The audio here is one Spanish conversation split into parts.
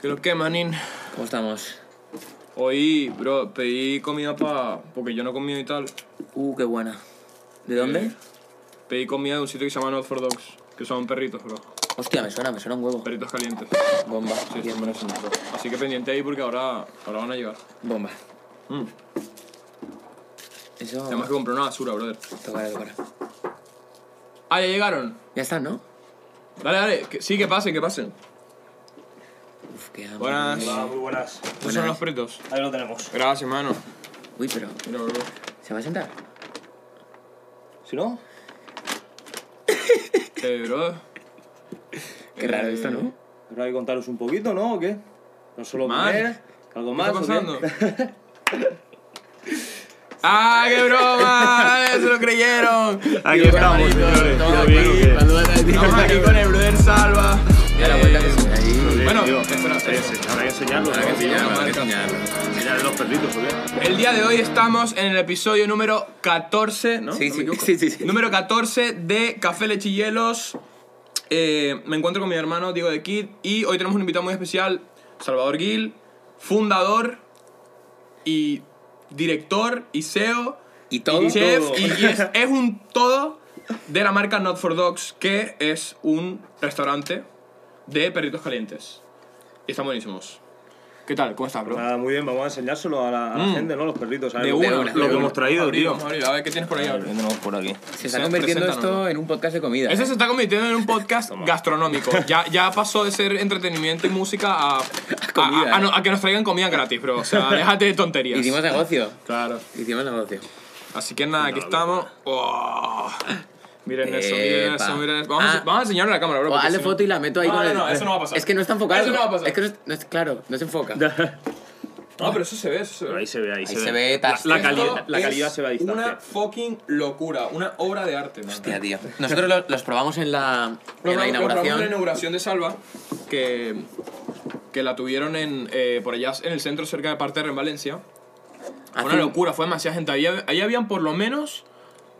Creo que, manín, ¿Cómo estamos? hoy, bro, pedí comida para... Porque yo no he comido y tal. Uh, qué buena. ¿De dónde? Pedí comida de un sitio que se llama Not for Dogs, que son perritos, bro. Hostia, me suena, me suena un huevo. Perritos calientes. Bomba. Sí, bien, están buenísimos, bro. Así que pendiente ahí porque ahora, ahora van a llegar. Bomba. Mm. Eso. Además que compré una basura, brother. Tocará, tocará. Ah, ya llegaron. Ya está, ¿no? Dale, dale. que- sí, que pasen, que pasen. Uf, qué hambre. Buenas. Hola, muy buenas. Estos son los perritos. Ahí lo tenemos. Gracias, mano. Uy, pero. Mira, bro. ¿Se va a sentar? ¿Si no? Eh, bro. Eh, Qué raro esto, ¿no? Habrá que contaros un poquito, ¿no? ¿O qué? No solo Más. comer, algo ¿Qué más. está ¿o qué? pasando? ¡Ah, qué broma! ¡Se lo creyeron! Aquí Tío, estamos, hermanito, señores. estamos Bien, aquí. bien. Estamos aquí con el brother Salva. Mira la Eh, vuelta que se ve ahí. Bueno, tío. espera, espera. Sí, sí, Habrá que enseñarlo. Habrá que ¿no? enseñarlo, habrá que marca. enseñarlo. Enseñar los perritos, ¿o qué? El día de hoy estamos en el episodio número 14, ¿no? Sí, ¿No sí, me equivoco? sí, sí, sí. Número 14 de Café Lechillelos. Eh, me encuentro con mi hermano Diego de Kid y hoy tenemos un invitado muy especial, Salvador Gil, fundador y director y E CEO Y todo. y chef todo. y, y es, es un todo de la marca Not for Dogs que es un restaurante de perritos calientes. Y están buenísimos. ¿Qué tal? ¿Cómo estás, bro? Nada, Ah, muy bien, vamos a enseñárselo a la, a la Mm. gente, ¿no? Los perritos. a ver, De lo- una, una. lo que hemos traído, tío. Abrirlo, vamos a abrirlo. A ver qué tienes por ahí. Álvaro? tenemos por aquí? Se está convirtiendo Preséntanos. esto en un podcast de comida. Ese ¿eh? se está convirtiendo en un podcast gastronómico. Ya, ya pasó de ser entretenimiento y música a, comida, a- a- eh. no- a que nos traigan comida gratis, bro. O sea, déjate de tonterías. Hicimos negocio. Claro. Hicimos negocio. Así que nada, aquí estamos. Oh. Miren eso, miren Epa. eso, miren eso. Vamos, a, Ah. vamos a enseñarlo a la cámara, bro. O porque hazle si no- foto y la meto ahí No, con no, el. no, eso no va a pasar. Es que no está enfocado. Eso no va a pasar. Es que no, es- no es- claro, no se enfoca. No, pero eso se ve, eso se ve. Ahí se ve, ahí, Ahí se ve La, tasca. la calidad. Esto la calidad es se ve a distancia. Una fucking locura, una obra de arte, man. Hostia, tío. Nosotros lo- los probamos en la, Lo en la probamos- lo probamos en la inauguración. inauguración de Salva, que, que la tuvieron en, eh, por allá en el centro cerca de Parterre, en Valencia. Fue Hace una un- locura, fue demasiada gente. Ahí, hab- ahí habían por lo menos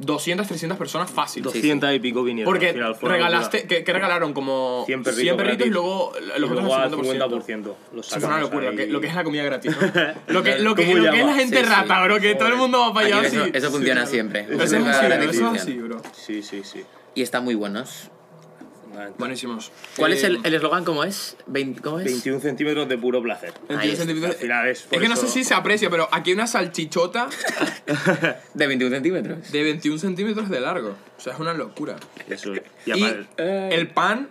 200, 300 personas fácil. 200 y pico vinieron. Porque al final, fue una regalaste, locura. que, que regalaron como 100 perritos, y gratis. luego Y los luego otros al el 50%. 50%. Los Eso fue una sacamos locura, ahí. que- lo que es la comida gratis, ¿no? lo que, lo que, ¿Cómo lo que es la llama? gente Sí, sí. rata, bro, que todo el mundo va para allá Aquí así. eso, eso funciona siempre. Eso es Funciona así, bro, eso la es así, gratificación. bro. Sí, sí, sí. Y están muy buenos. Buenísimos. ¿Cuál es Eh, el el eslogan? ¿Cómo es? Vein- ¿Cómo es? 21 centímetros de puro placer. el Ahí está. centímetros- Al final es, Es por que no sé eso- si se aprecia, pero aquí hay una salchichota De 21 centímetros. de 21 centímetros de largo. O sea, es una locura. Eso. Y, Y aparte, el pan,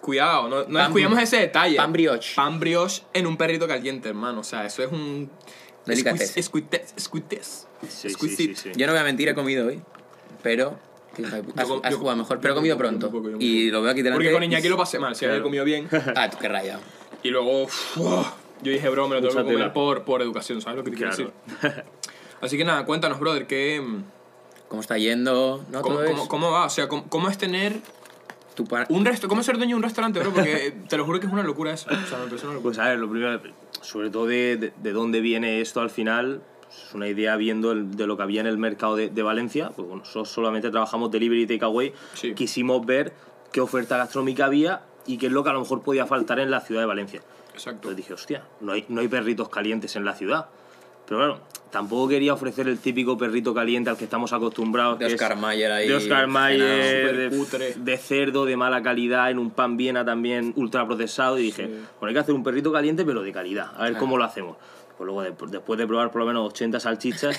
cuidado, no, no Pan- descuidemos ese detalle. pan brioche. Pan brioche en un perrito caliente, hermano. O sea, eso es un. Delicatez. Escuites. Escuites. sí, sí, sí, sí. Yo no voy a mentir, he comido hoy. Pero. Has, com- has yo- jugado mejor, pero he comido yo- yo- yo- pronto. yo- yo- yo- Y lo veo aquí delante. Porque con Iñaki lo pasé mal, si había Claro. comido bien. Ah, tú qué rayado. Y luego, uf, yo dije, bro, me lo tengo Mucha que comer tela. por, por educación, ¿sabes lo que te quiero Claro. decir? Así que nada, cuéntanos, brother, que, mm, ¿Cómo está yendo? ¿No? ¿cómo, ¿Todo cómo- es? cómo va? O sea, ¿cómo, cómo es tener Tu pan- un resto? ¿Cómo es ser dueño de un restaurante, bro? Porque eh, te lo juro que es una locura eso. O sea, me parece una locura. Pues a ver, lo primero, sobre todo de, de- de dónde viene esto al final, pues, es una idea viendo el- de lo que había en el mercado de, de Valencia, pues bueno, nosotros solamente trabajamos delivery y takeaway, Sí. quisimos ver qué oferta gastronómica había y qué es lo que a lo mejor podía faltar en la ciudad de Valencia. Exacto. Entonces dije, hostia, no hay, no hay perritos calientes en la ciudad. Pero claro, tampoco quería ofrecer el típico perrito caliente al que estamos acostumbrados. De que es- Oscar Mayer ahí, De Oscar cenado, Mayer, supercutre. de, de cerdo, de mala calidad, en un pan viena también ultra procesado. Y dije, bueno, hay que hacer un perrito caliente, pero de calidad. A ver cómo lo hacemos. Pues luego, de- después de probar por lo menos 80 salchichas,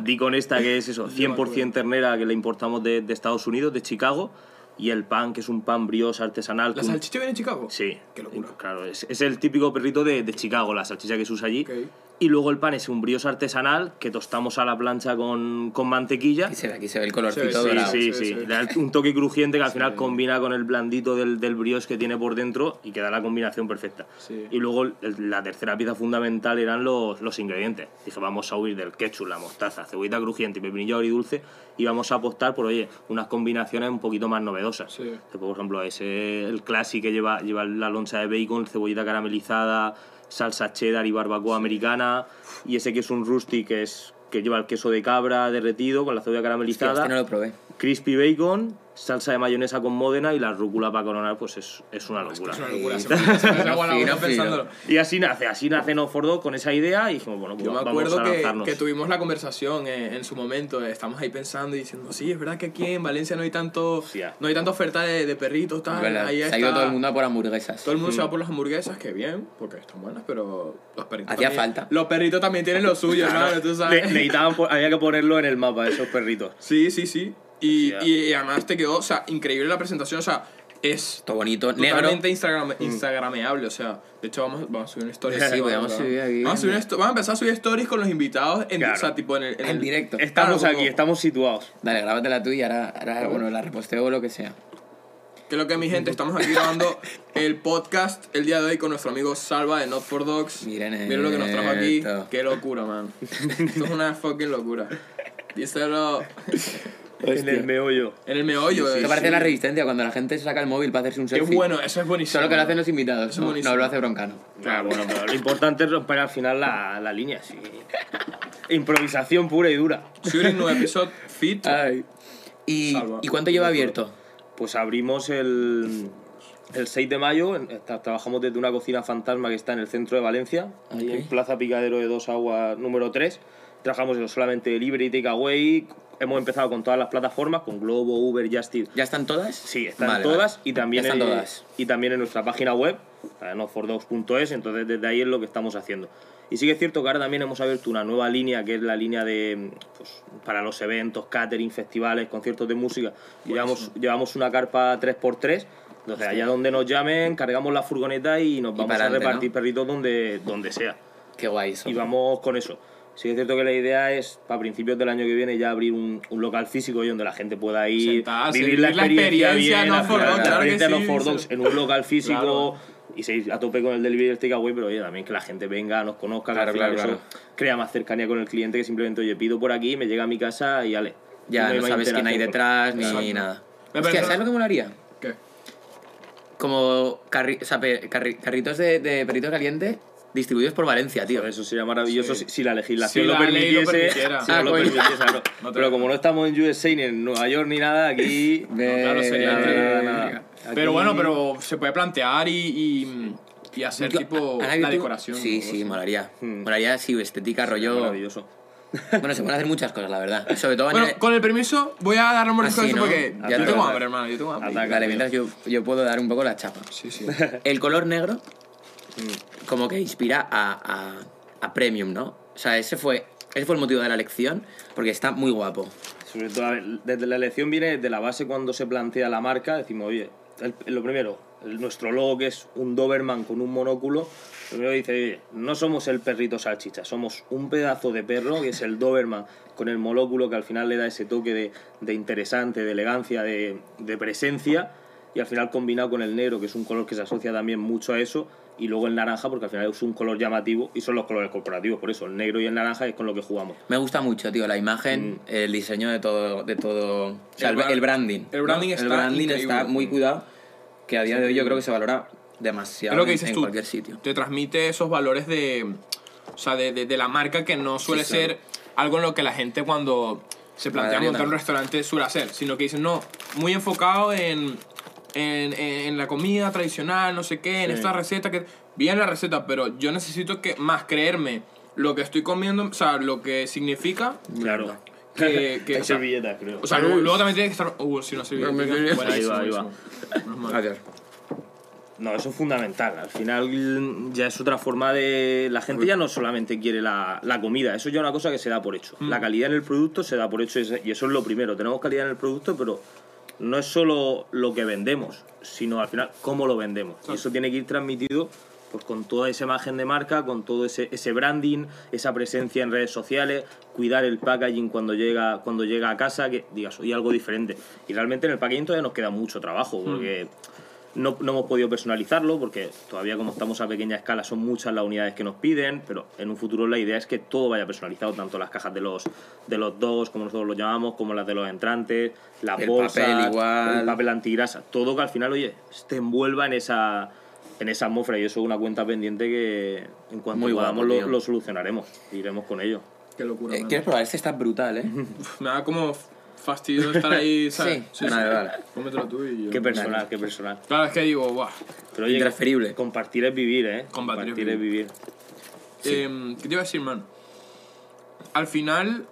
di con esta que es eso, 100% ternera que le importamos de, de Estados Unidos, de Chicago. Y el pan, que es un pan brioche artesanal. ¿La con- salchicha viene en Chicago? Sí. Qué locura. Claro, es, es el típico perrito de, de Chicago, la salchicha que se usa allí. Ok. Y luego el pan es un brioche artesanal que tostamos a la plancha con, con mantequilla. Aquí se ve, aquí se ve el colorcito Se ve, dorado. sí, sí, se ve, sí. se ve. Le da un toque crujiente que al final combina con el blandito del, del brioche que tiene por dentro y que da la combinación perfecta. Sí. Y luego el- la tercera pieza fundamental eran los, los ingredientes. Dije, vamos a huir del ketchup, la mostaza, cebollita crujiente y pepinillo agridulce y vamos a apostar por, oye, unas combinaciones un poquito más novedosas. Sí. Entonces, por ejemplo, ese el clásico que lleva, lleva la loncha de bacon, cebollita caramelizada, salsa cheddar y barbacoa americana y ese que es un rusty que es que lleva el queso de cabra derretido con la cebolla Hostia, caramelizada. este no lo probé. crispy bacon, salsa de mayonesa con Módena y la rúcula para coronar, pues es, es una locura. Es una locura, se me se me tragó la Fino, boca fino. pensándolo. Y así nace, así nace No For Dog con esa idea y dijimos, bueno, pues Yo me vamos acuerdo a que, lanzarnos. que tuvimos la conversación eh, en, su momento, eh, estamos ahí pensando y diciendo, sí, es verdad que aquí en Valencia no hay tanto Hostia. no hay tanta oferta de, de perritos, Es tal, verdad, ahí ah. Se ha está- ido todo el mundo a por hamburguesas. todo el mundo se va por las hamburguesas, que bien, porque están buenas, pero los perritos Hacía también- falta. Los perritos también tienen lo suyo, hermano, tú Ne- sabes. necesitaban po- había que ponerlo en el mapa, esos perritos. Sí, sí, sí. Y, Hostia. y además te quedó, o sea, increíble la presentación, o sea, es Todo bonito, negro. totalmente Mm. Instagram, instagrameable, o sea, de hecho vamos, vamos a subir una story. Sí, así, podemos vamos a- subir aquí. Vamos a, subir una esto- vamos a empezar a subir stories con los invitados en, Claro. o sea, tipo en el, En directo. Estamos Claro, aquí, como- estamos situados. Dale, grábate la tuya, ahora, ahora bueno, la reposteo o lo que sea. Que lo que mi gente, estamos aquí grabando el podcast el día de hoy con nuestro amigo Salva de Not for Dogs. Miren Miren lo que nos trajo aquí. esto. Qué locura, man. Esto es una fucking locura. Díselo En el meollo. en el meollo. eh, Esto parece sí. la resistencia cuando la gente saca el móvil para hacerse un Qué selfie. bueno, eso es buenísimo. Ah, Solo que lo hacen los invitados, Es no, buenísimo. no lo hace Broncano. Claro, bueno, pero lo importante es romper al final la, la línea, sí. Improvisación pura y dura. Shooting nuevo episodio fit. Ay. ¿Y, Salva. ¿y cuánto lleva abierto? Pues abrimos el, el 6 de mayo, en- está- trabajamos desde una cocina fantasma que está en el centro de Valencia, ahí en Ok. Plaza Picadero de Dos Aguas número 3. Trabajamos en solamente Libre y Takeaway, hemos empezado con todas las plataformas, con Globo, Uber, Justit. ¿Ya están todas? Sí, están Vale, todas vale. y también Ya están en, todas. y también en nuestra página web, nofordogs.es, entonces desde ahí es lo que estamos haciendo. Y sí que es cierto que ahora también hemos abierto una nueva línea que es la línea de pues, para los eventos, catering, festivales, conciertos de música. Llevamos, llevamos una carpa 3x3, entonces allá donde nos llamen, cargamos la furgoneta y nos Y vamos a pa'lante, repartir ¿no? perritos donde, donde sea. Qué guay eso. Y vamos con eso. Sí que es cierto que la idea es, para principios del año que viene, ya abrir un, un local físico y donde la gente pueda ir, Sentarse, vivir la vivir la experiencia, experiencia, bien, no al for final, dogs, la claro que experiencia no sí, for sí. dogs, en un local físico Claro. y seguir a tope con el delivery y el takeaway, pero oye, también que la gente venga, nos conozca, que Claro, al final claro, eso crea más cercanía con el cliente que simplemente, oye, pido por aquí, me llega a mi casa y ale. Ya hay no más sabes quién hay detrás interacción. ni Exacto. nada. Me Hostia, parece- ¿sabes lo que molaría? ¿Qué? Como carri- o sea, pe- carri- carritos de, de perrito caliente distribuidos por Valencia, tío. Eso sería maravilloso Sí. si, si la legislación Si lo la ley lo permitiese. permitiera. si no Ah, lo coño. permitiese, claro. No te- Pero como no estamos en USA ni en Nueva York ni nada, aquí. Ve- claro, sería nada, increíble. nada, nada. Pero Aquí- bueno, pero se puede plantear y, y, y hacer Yo- tipo ¿han la abierto- decoración. Sí, ¿no? sí, molaría. Hmm. Molaría, sí, estética, rollo. Maravilloso. Bueno, se pueden hacer muchas cosas, la verdad. Sobre todo en Bueno, el- con el permiso, voy a darle un mordisco a Así, eso Ah, ¿no? porque Ya Ah. yo te tengo lo- hambre, hermano. Yo tengo hambre. Ataca. Vale, mientras yo, yo puedo dar un poco la chapa. Sí, sí. El color negro, Mm. como que inspira a, a- a Premium, ¿no? O sea, ese fue, ese fue el motivo de la elección, porque está muy guapo. Sobre todo, a ver, desde la elección viene desde la base cuando se plantea la marca, decimos, oye, el- lo primero, el- nuestro logo que es un Doberman con un monóculo, lo primero dice, oye, no somos el perrito salchicha, somos un pedazo de perro que es el Doberman con el monóculo que al final le da ese toque de, de interesante, de elegancia, de, de presencia. Y al final combinado con el negro, que es un color que se asocia también mucho a eso, y luego el naranja, porque al final es un color llamativo y son los colores corporativos, por eso el negro y el naranja es con lo que jugamos. Me gusta mucho, tío, la imagen, el diseño de todo, de todo, o sea, Mm. El el, bra- el branding. el branding ¿no? está El branding increíble. está muy cuidado, que a día de hoy yo creo que se valora demasiado Es lo que en- dices en tú. cualquier sitio. Te transmite esos valores de. O sea, de, de- de la marca que no suele Sí, claro. ser algo en lo que la gente cuando se plantea Madre, montar un no. restaurante suele hacer, sino que dicen, no, muy enfocado en. En, en- en la comida tradicional, no sé qué, en esta receta que... Bien la receta, pero yo necesito que más creerme lo que estoy comiendo, o sea, lo que significa Claro. que... que- o sea, servilletas, creo. o sea, luego, luego también tiene que estar... Uh, si no se Me- me- me- Ahí va, ahí va. Gracias. No, eso es fundamental. Al final mm, ya es otra forma de... La gente ya no solamente quiere la, la comida, eso ya es una cosa que se da por hecho. La calidad en el producto se da por hecho y es- y eso es lo primero. Tenemos calidad en el producto, pero no es solo lo que vendemos, sino al final cómo lo vendemos. Y eso tiene que ir transmitido pues, con toda esa imagen de marca, con todo ese, ese branding, esa presencia en redes sociales, cuidar el packaging cuando llega, cuando llega a casa, que digas, oye, algo diferente. Y realmente en el packaging todavía nos queda mucho trabajo, porque... No, no hemos podido personalizarlo porque todavía como estamos a pequeña escala son muchas las unidades que nos piden, pero en un futuro la idea es que todo vaya personalizado, tanto las cajas de los de los dos, como nosotros los llamamos, como las de los entrantes, las El bolsas, papel igual. el papel antigrasa, todo que al final, oye, te envuelva en esa en esa atmósfera y eso es una cuenta pendiente que en cuanto Muy guapo, podamos lo, tío. lo solucionaremos, iremos con ello. Qué locura. Eh, man. ¿Quieres probar? Este está brutal, ¿eh? Uf, Me da como fastidio estar ahí, ¿sabes? Sí, vale, vale. Cómetelo tú y yo. Qué personal, qué personal. Claro, es que digo, guau. Pero oye, Intransferible. Compartir es vivir, ¿eh? Compartir es es vivir. Em, ¿Qué te iba a decir, man? Al final,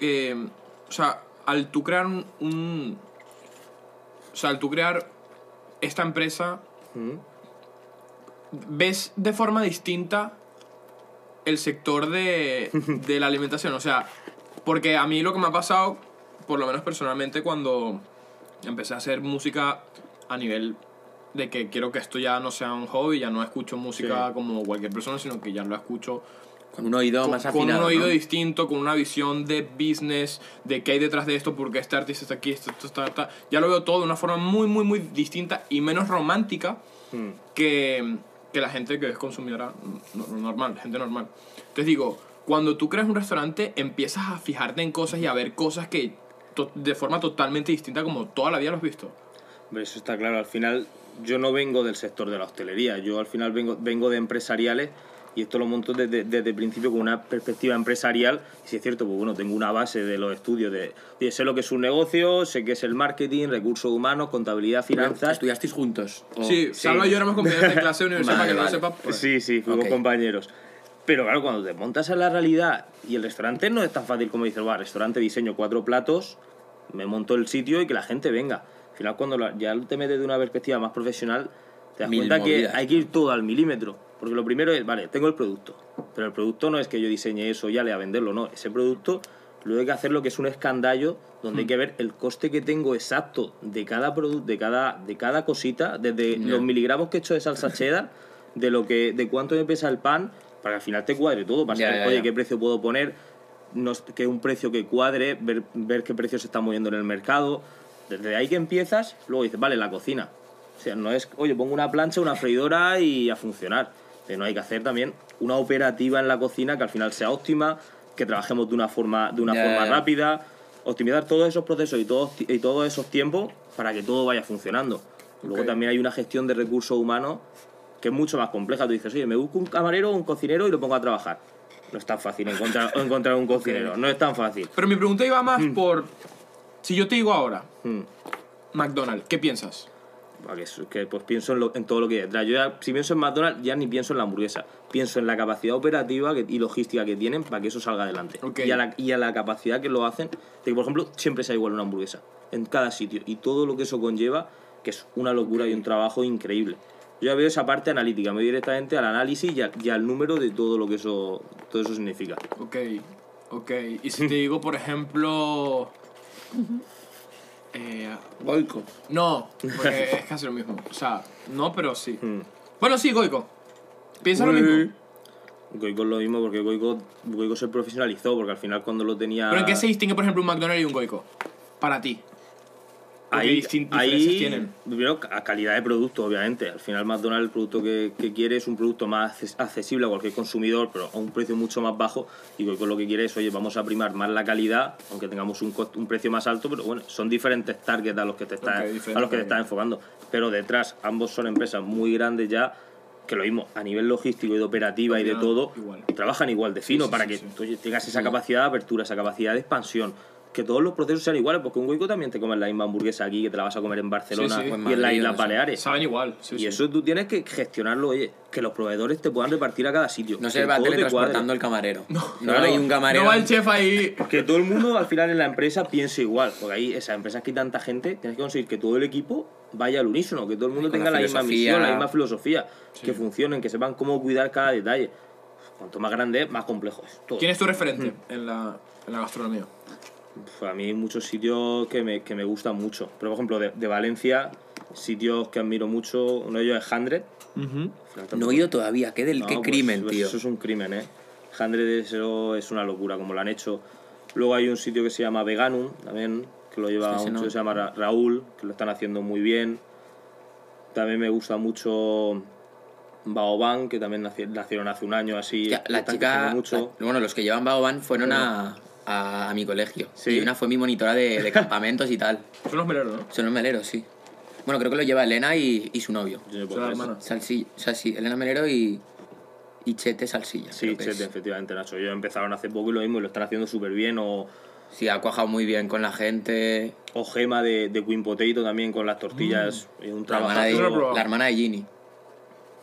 em, o sea, al tú crear un, un- O sea, al tú crear esta empresa, ves de forma distinta el sector de, de la alimentación. O sea, porque a mí lo que me ha pasado, por lo menos personalmente, cuando empecé a hacer música a nivel de que quiero que esto ya no sea un hobby, ya no escucho música como cualquier persona, sino que ya lo escucho Con un oído con, más con afinado. un oído ¿no? distinto, con una visión de business, de qué hay detrás de esto, por qué este artista está aquí, esto, esto, está, está. Ya lo veo todo de una forma muy, muy, muy distinta y menos romántica Hmm. que, que la gente que es consumidora no- normal, gente normal. Entonces digo, cuando tú creas un restaurante, empiezas a fijarte en cosas y a ver cosas que to- de forma totalmente distinta como toda la vida lo has visto. Hombre, eso está claro. Al final, yo no vengo del sector de la hostelería. Yo al final vengo, vengo de empresariales y esto lo monto desde, desde el principio con una perspectiva empresarial. Y si es cierto, pues bueno, tengo una base de los estudios de, de sé lo que es un negocio, sé qué es el marketing, recursos humanos, contabilidad, finanzas. ¿Estudiasteis juntos? o- sí, sí. Salva y yo éramos compañeros de clase de universidad Vale, para que no vale. lo sepas. Sí, sí, fuimos Pues Ok. compañeros. Pero claro, cuando te montas a la realidad y el restaurante no es tan fácil como dices, va, restaurante, diseño, cuatro platos, me monto el sitio y que la gente venga. Al final, cuando la- ya te metes de una perspectiva más profesional, te das Mil cuenta movidas. que hay que ir todo al milímetro. Porque lo primero es, vale, tengo el producto. Pero el producto no es que yo diseñe eso y ale a venderlo, no. Ese producto luego hay que hacer lo que es un escandallo Hmm. donde hay que ver el coste que tengo exacto de cada producto, de cada, de cada cosita, desde los miligramos que he hecho de salsa cheddar, de lo que, de cuánto me pesa el pan, para que al final te cuadre todo, para Ya, saber, ya, oye, ya. qué precio puedo poner, no es- que un precio que cuadre, ver, ver qué precio se está moviendo en el mercado. Desde ahí que empiezas, luego dices, vale, la cocina. O sea, no es, oye, pongo una plancha, una freidora y a funcionar. Pero no hay que hacer también una operativa en la cocina que al final sea óptima, que trabajemos de una forma, de una Ya, forma ya. rápida, optimizar todos esos procesos y todos, y todos esos tiempos para que todo vaya funcionando. Luego Ok. también hay una gestión de recursos humanos que es mucho más compleja. Tú dices, oye, me busco un camarero o un cocinero y lo pongo a trabajar. No es tan fácil encontrar, encontrar un cocinero, no es tan fácil. Pero mi pregunta iba más por... Si yo te digo ahora, Mm. McDonald's, ¿qué piensas? Vale, eso, que pues pienso en, lo- en todo lo que hay detrás. Yo ya, si pienso en McDonald's, ya ni pienso en la hamburguesa. Pienso en la capacidad operativa que- y logística que tienen para que eso salga adelante. Ok. Y, a la, y a la capacidad que lo hacen. De que, por ejemplo, siempre sea igual una hamburguesa. En cada sitio. Y todo lo que eso conlleva, que es una locura y un trabajo increíble. Yo ya veo esa parte analítica. Me voy directamente al análisis y al, y al número de todo lo que eso, todo eso significa. Ok, ok. Y si te digo, por ejemplo... eh, Goico. no, porque es casi lo mismo. O sea, no, pero sí. Bueno, sí, Goico. Piensa lo Uy. mismo. Goico es lo mismo porque Goico, Goico se profesionalizó. Porque al final, cuando lo tenía. Pero ¿en qué se distingue, por ejemplo, un McDonald's y un Goico? Para ti. ¿O qué distin- diferencias tienen? Primero, a calidad de producto, obviamente. Al final, McDonald's, el producto que, que quiere es un producto más acces- accesible a cualquier consumidor, pero a un precio mucho más bajo. Y Goico lo que quiere es, oye, vamos a primar más la calidad, aunque tengamos un, cost- un precio más alto, pero bueno, son diferentes targets a los que te Ok, estás, a los que te diferente. estás enfocando. Pero detrás, ambos son empresas muy grandes ya, que lo mismo, a nivel logístico y de operativa y de Al final, todo, igual. trabajan igual de fino sí, para sí, Mm. que sí. tú tengas esa capacidad de apertura, esa capacidad de expansión. Que todos los procesos sean iguales, porque un goico también te comes la misma hamburguesa aquí que te la vas a comer en Barcelona Sí, sí. y O en en las Pues Madrid, Islas no sé. Baleares. Saben igual. sí, y sí. eso tú tienes que gestionarlo, oye, que los proveedores te puedan repartir a cada sitio. No que se va todo te teletransportando el camarero. No, claro. hay un camarero. No va el chef ahí. cuadre. Que todo el mundo al final en la empresa piense igual, porque ahí esas empresas que hay tanta gente, tienes que conseguir que todo el equipo vaya al unísono, que todo el mundo Con la tenga la, misma filosofía. misión, la misma filosofía, que funcionen, que sepan cómo cuidar cada detalle. Cuanto más grande es, más complejo es. todo. ¿Quién es tu referente en la, en la gastronomía? Pues A mí hay muchos sitios que me, que me gustan mucho. Pero, por ejemplo, de, de Valencia, sitios que admiro mucho. Uno de ellos es Handred. No he ido todavía. Qué, del, No, qué pues, crimen, pues tío. Eso es un crimen, ¿eh? Handred eso es una locura, como lo han hecho. Luego hay un sitio que se llama Veganum, también, que lo lleva Sí, sí, un no. chico que se llama Ra- Raúl, que lo están haciendo muy bien. También me gusta mucho Baoban, que también naci- nacieron hace un año así. Hostia, la están chica. creciendo mucho. la- bueno, los que llevan Baoban fueron a, a, a mi colegio. Sí. Y una fue mi monitora de, de campamentos y tal. Son los meleros, ¿no? Son los meleros, sí. Bueno, creo que lo lleva Elena y, y su novio. Yo, pues, Son las eso. hermanas. Salsilla, o sea, sí, Elena Melero y, y Chete Salsilla. Sí, creo que Chete, es. efectivamente, Nacho. Ellos empezaron hace poco y lo mismo y lo están haciendo súper bien. O Sí, ha cuajado muy bien con la gente. O gema de, de Queen Potato también con las tortillas. Es un Mm. La hermana, Yo no lo he trabajo. de, probado. la hermana de Ginny.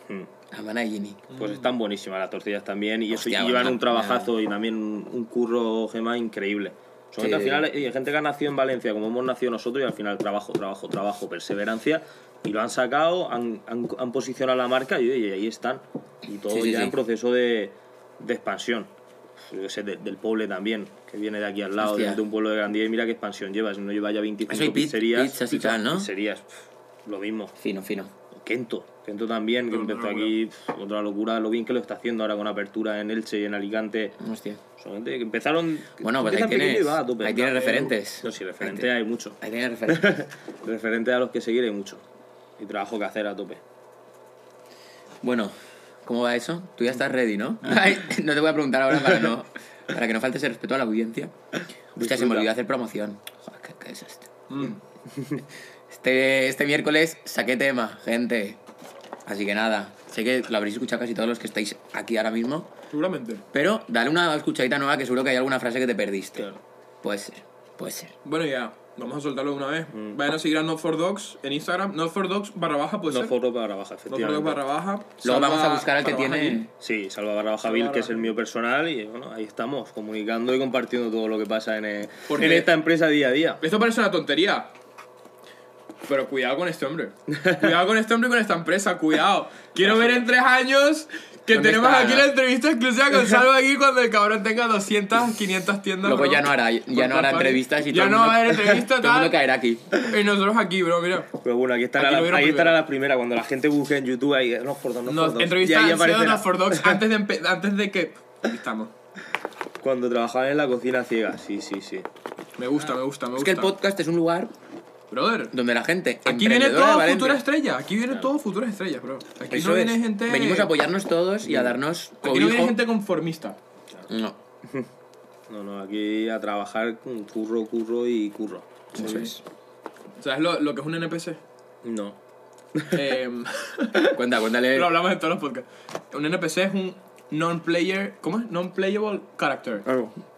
Mm. La hermana de Ginny. Pues están buenísimas las tortillas también. Y eso Mm. Hostia, llevan bueno, un trabajazo y también un un curro gema increíble. Son Sí. gente, al final, eh, gente que ha nacido en Valencia, como hemos nacido nosotros, y al final trabajo, trabajo, trabajo, perseverancia. Y lo han sacado, han, han- han posicionado la marca y, oye, ahí están. Y todo Sí, sí, ya sí. en proceso de, de expansión. Yo qué sé, de- del Poble también, que viene de aquí al lado, Hostia. de, de un pueblo de Grandía. Y mira qué expansión lleva, si no lleva ya 25 Eso y pit- pizzerías. pizzas y tal, ¿no? Pizzerías, pff, lo mismo. Fino, fino. Kento, Kento también, que Otra empezó locura. aquí, pf, otra locura, lo bien que lo está haciendo ahora con apertura en Elche y en Alicante. Hostia. Son gente que empezaron. Bueno, pues ahí empiezan tienes- pequeño y va a tope. ahí tienes No, referentes. No, sí, referentes Ahí te- hay mucho. Ahí tienes referencia. Referentes a los que seguir hay mucho. Y trabajo que hacer a tope. bueno, ¿cómo va eso? Tú ya estás ready, ¿no? Ay, no te voy a preguntar ahora para, no, para que no falte ese respeto a la audiencia. Hostia, se me Disfruta. olvidó hacer promoción. Joder, qué, qué desastre. Mm. Este, este miércoles saqué tema, gente. Así que nada, sé que lo habréis escuchado casi todos los que estáis aquí ahora mismo. Seguramente. Pero dale una escuchadita nueva que seguro que hay alguna frase que te perdiste. Claro. Puede ser, puede ser. Bueno, ya, vamos a soltarlo de una vez. Mm. Vayan a seguir a Not for Dogs en Instagram. Not for Dogs barra baja, puede Pues No ser. foro para baja, Not for efectivamente. Dogs barra baja. Luego Salva vamos a buscar al que barra baja tiene. Gil. Sí, Salva Barra Baja Bill, que es el mío personal, y bueno, ahí estamos, comunicando y compartiendo todo lo que pasa en, eh, Porque- en esta empresa día a día. Esto parece una tontería. Pero cuidado con este hombre. Cuidado con este hombre y con esta empresa. Cuidado. Quiero ver en tres años que ¿Dónde tenemos está? aquí la entrevista exclusiva con Salva aquí cuando el cabrón tenga 200, 500 tiendas. Luego bro. ya no hará, ya Por no hará todas partes. entrevistas y Ya todo el no mundo- va a haber entrevistas, Todo el mundo tal. caerá aquí. Y nosotros aquí, bro, mira. Pero bueno, aquí estará, Aquí lo la, vieron ahí estará primero. la primera, cuando la gente busque en YouTube, ahí, eh, no for Dogs, no for Nos Dogs", entrevistas y ahí han sido aparecerá. Not for Dogs antes de, empe- antes de que. Aquí estamos. Cuando trabajaba en la cocina ciega, sí, sí, sí. Me gusta, me gusta, me gusta. Es que el podcast es un lugar Brother. donde la gente. Aquí viene emprendedora de todo Valencia- futura estrella. Aquí viene todo futura estrella, bro. Aquí Eso no es. viene gente. Venimos a apoyarnos todos y a darnos Aquí no viene cobijo. gente conformista. No, No, no, aquí a trabajar con curro, curro y curro. eso es. ¿Sabes lo, lo que es un NPC? No. Em, Cuenta, cuéntale. lo hablamos en todos los podcasts. Un NPC es un non-player. ¿Cómo es? Non-playable character.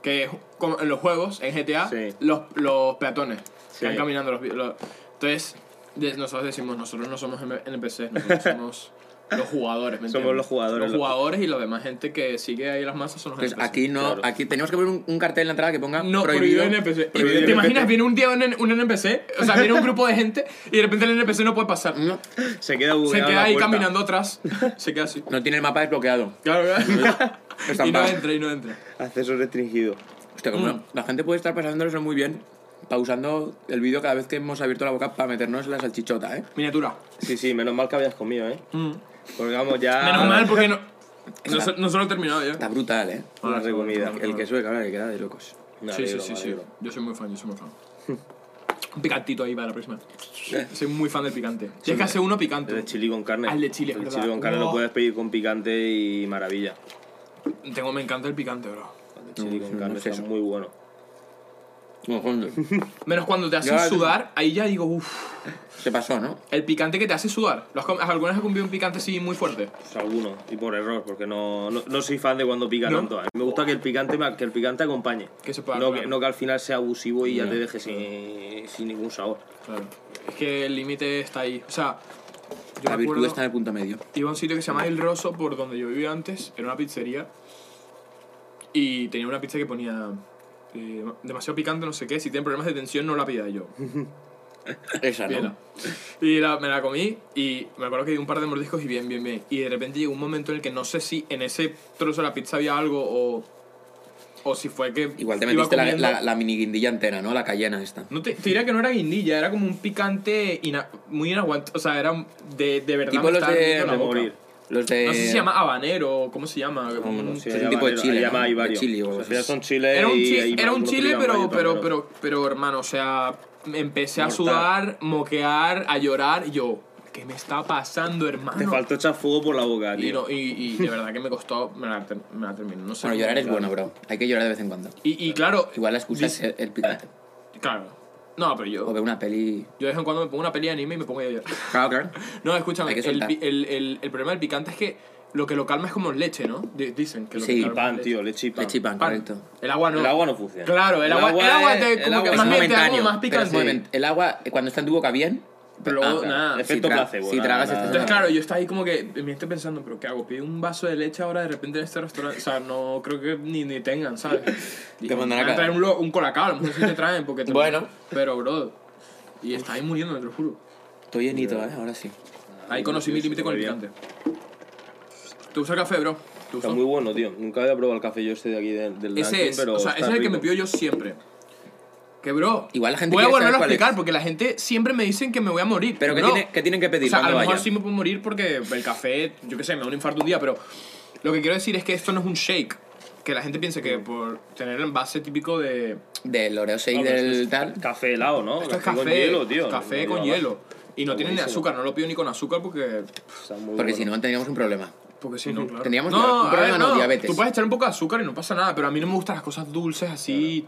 Que es como en los juegos, en GTA, Sí. los, los peatones Sí. que van caminando. Los, los- entonces, de- nosotros decimos, nosotros no somos M- NPCs, nosotros somos los jugadores. ¿me Somos entiendes? los jugadores, Los los- jugadores y la demás gente que sigue ahí las masas son los Pues NPCs. aquí no, claro. aquí tenemos que poner un, un cartel en la entrada que ponga No, prohibido, prohibido, NPC. prohibido ¿Te NPC. imaginas? Viene un día un, un NPC, o sea, viene un grupo de gente y de repente el NPC no puede pasar. No, Se queda Se bugueado en queda la ahí puerta. caminando atrás. Se queda así. no tiene el mapa desbloqueado. Claro, claro. y no Estampado. entra, y no entra. Acceso restringido. Hostia, como Mm. la gente puede estar pasándolo eso muy bien, pausando el vídeo cada vez que hemos abierto la boca para meternos la salchichota, ¿eh? Miniatura. Sí, sí, menos mal que habías comido, ¿eh? Mm. Porque vamos ya. Menos mal porque no. No, Está- se- no se lo he terminado ya. Está brutal, ¿eh? Ah, Una recomida. El queso de cabra que queda de locos. Me Sí, sí, alegro, sí, me sí. alegro. Yo soy muy fan, yo soy muy fan. Un picantito ahí para la próxima. Eh. Soy muy fan del picante. Si es que hace uno El de picante. chili con carne. Al de chile, es El verdad. chili con carne Wow. lo puedes pedir con picante y maravilla. Tengo, me encanta el picante, bro. El de chili No, con no carne sé está eso. muy bueno. Ojo, Menos cuando te hacen Ya, sudar, ahí ya digo, uff. Se pasó, ¿no? El picante que te hace sudar. ¿Lo has com- ¿Alguna vez has comido un picante así muy fuerte? Pues alguno, y por error, porque no, no, no soy fan de cuando pica ¿No? tanto. A mí me gusta que el picante me- que el picante acompañe. Que se pueda no, comer. que, no que al final sea abusivo y ya No. te deje sin, sin ningún sabor. Claro. Es que el límite está ahí. O sea, yo La me virtud acuerdo, está en el punto medio. iba a un sitio que se llama El Rosso, por donde yo vivía antes, era una pizzería. Y tenía una pizza que ponía eh, demasiado picante, no sé qué. Si tienen problemas de tensión, no la pida yo. Esa, Pídela. ¿no? Y la- me la comí y me acuerdo que di un par de mordiscos y bien, bien, bien. Y de repente llegó un momento en el que no sé si en ese trozo de la pizza había algo o, o si fue que. Igual te iba metiste la, comiendo- la- la mini guindilla entera, ¿no? La cayena esta. No te, te diría que no era guindilla, era como un picante ina- muy inaguantable. O sea, era un- de, de verdad. Tipo me los estaba de... ardiendo la de boca. morir. Los de... No sé si se llama habanero o cómo se llama. No, no un- sé. Es un tipo de chile, ¿no? hay De varios. chile o O sea, cosas. son chiles Era un, y- chi- hay era un algunos que chile, pican pero, mayor, pero, pero, pero, hermano, o sea, empecé a Mortal. sudar, moquear, a llorar. Y yo, ¿qué me está pasando, hermano? Te faltó echar fuego por la boca, y, tío. no- y, y de verdad que me costó, me la, ter- me la terminé. No sé cómo, Bueno, llorar es claro. bueno, bro. Hay que llorar de vez en cuando. Y, y claro, Igual la eh. excusa es dice- el, el picante. Claro. No, pero yo, O ver una peli... yo de vez en cuando me pongo una peli de anime y me pongo a llorar. Claro, claro. No, escúchame, Hay que el, soltar. pi- el, el- el problema del picante es que lo que lo calma es como leche, ¿no? Di- Dicen que lo Sí, que calma Pan, es tío, leche y pan. Leche y pan, Pan. correcto. El agua no. El agua no funciona. Claro, el, agua, el agua te, es- como que es más bien te da como momentáneo, más pero es picante. momen- El agua, eh, cuando está en tu boca bien. Ah, Pero luego, nada. Efecto si tra- placebo, Si nada, tragas este nada. estás- Entonces, claro, yo estaba ahí como que me estoy pensando, ¿pero qué hago? ¿Pido un vaso de leche ahora de repente en este restaurante? O sea, no creo que ni, ni tengan, ¿sabes? Dije, Te mandan a van cagar. traer un, lo- un colacao, a lo mejor sí te traen. Porque te- Bueno. Pero, bro, y está ahí muriendo, te lo juro. Estoy llenito, ¿eh? Ahora sí. Ahí conocí mi límite con el picante. ¿Te gusta el café, bro? ¿Te gusta? Está muy bueno, tío. Nunca había probado el café yo este de aquí del, del Ese Dunkin', es, pero o sea, está ese es el que rico. me pido yo siempre. Que, bro, Igual la gente voy a quiere volverlo a saber cuál explicar es. porque la gente siempre me dicen que me voy a morir. Pero ¿qué, Bro, tiene- qué tienen que pedir O sea, a cuando lo mejor vayan? sí me puedo morir porque el café, yo qué sé, me da un infarto un día, pero lo que quiero decir es que esto no es un shake. Que la gente piensa Mm. que por tener el envase típico de. Del Oreo 6 No, pero del esto es tal. Café helado, ¿no? Esto es con café. hielo, tío. Café No, no con lleva hielo. Y no tiene ni buenísimo. azúcar, no lo pido ni con azúcar porque. más. Está muy Porque bueno. si no, tendríamos un problema. Porque si no, claro. Tendríamos no, un a problema, ver, no, diabetes. Tú puedes echar un poco de azúcar y no pasa nada, pero a mí no me gustan las cosas dulces así.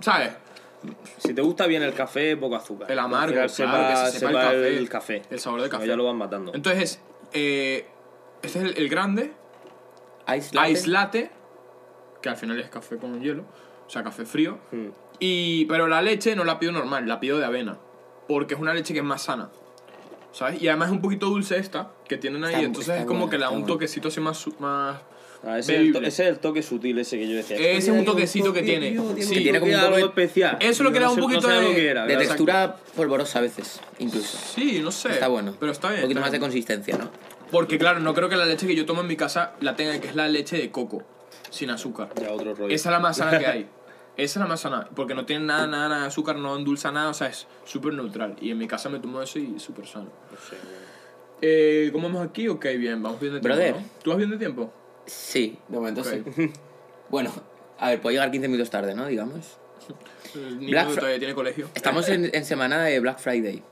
¿Sabes? Si te gusta bien el café, poco azúcar. El amargo, Al final claro, que se sepa el café. el café. El sabor del Si no, café. Ya lo van matando. Entonces, eh, este es el, el grande, Ice latte. ice latte, que al final es café con hielo, o sea, café frío. Mm. Y, pero la leche no la pido normal, la pido de avena, porque es una leche que es más sana, ¿sabes? Y además es un poquito dulce esta, que tienen ahí, Está bu- entonces está es como buena, que le da está un buena. toquecito así más... su- más Ah, ese, es el to- bebible. ese es el toque sutil ese que yo decía. Ese es un toquecito que tiene. Sí. Que tiene como un algo toque- especial. Eso lo que Yo le da no un sé- no poquito sabía de- lo que era, De ¿verdad? textura polvorosa a veces, incluso. Sí, no sé. Está bueno. Pero está bien. Un poquito está más de bien. consistencia, ¿no? Porque claro, no creo que la leche que yo tomo en mi casa la tenga, que es la leche de coco, sin azúcar. Ya, otro rollo. Esa es la más sana que hay. Esa es la más sana, porque no tiene nada, nada, nada de azúcar, no endulza nada, o sea, es súper neutral. Y en mi casa me tomo eso y es súper sano. Eh, ¿Cómo vamos aquí? Ok, bien, vamos bien de tiempo. Brother. ¿no? ¿Tú vas bien de tiempo? Sí, de momento Ok. sí. Bueno, a ver, puedo llegar 15 minutos tarde, ¿no? Digamos. El niño Black Fri- todavía tiene colegio. Estamos en, en semana de Black Friday.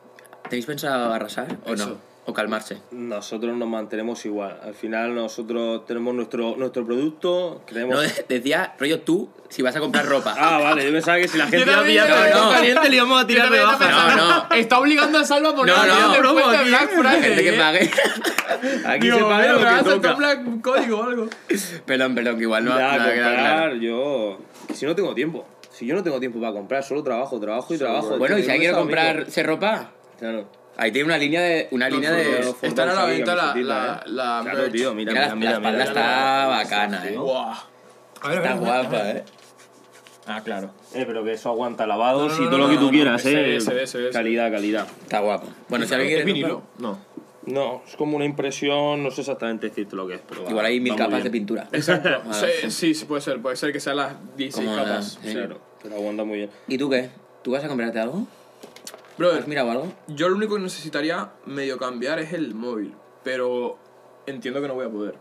¿Tenéis pensado arrasar o Eso. no? ¿O calmarse? Nosotros nos mantenemos igual. Al final nosotros tenemos nuestro, nuestro producto, creemos... No, decía, rollo tú, si vas a comprar ropa. Ah, vale, yo pensaba que si la gente Yo la también, pilla yo con también. no, caliente le íbamos a tirar de Está baja. pensando, No, no. Está obligando a Salva a poner la No, no, tienda en promo cuenta de Black Friday. Gente que ¿eh? pague. Aquí Digo, se paga bueno, lo ¿verdad? que Saltó toca. Black código o algo. Perdón, perdón, que igual no ha Ya, no ha quedado claro. comprar, yo... que Si no tengo tiempo. Si yo no tengo tiempo para comprar, solo trabajo, trabajo y trabajo. Bueno, y si Tengo alguien quiere esa, amigo. comprarse ropa, Claro. ahí tiene una línea de. Una línea de. Los Están a la fondos ahí, venta la- camisetita, la- la ¿eh? Claro, merch. tío, mira, Mira, la, mira, la mira. espalda mira, está bacana, eh. Guau. A ver, a ver, a Está ver. guapa, eh. Ah, claro. Eh, pero que eso aguanta lavados No, no, y todo no, lo que no, tú no, quieras, se ve, eh. se ve, se ve, se calidad, calidad. Está guapo. Bueno, si alguien ¿Es quiere. vinilo? No. No, es como una impresión, no sé exactamente decirte lo que es, pero. va, Igual hay mil va muy capas de bien. pintura. Exacto. Ah, Sí, sí, sí, puede ser. Puede ser que sean las 16 Como la- capas. sí. Claro, pero aguanta muy bien. ¿Y tú qué? ¿Tú vas a comprarte algo? ¿Has Brother, mirado algo? yo lo único que necesitaría medio cambiar es el móvil. Pero entiendo que no voy a poder.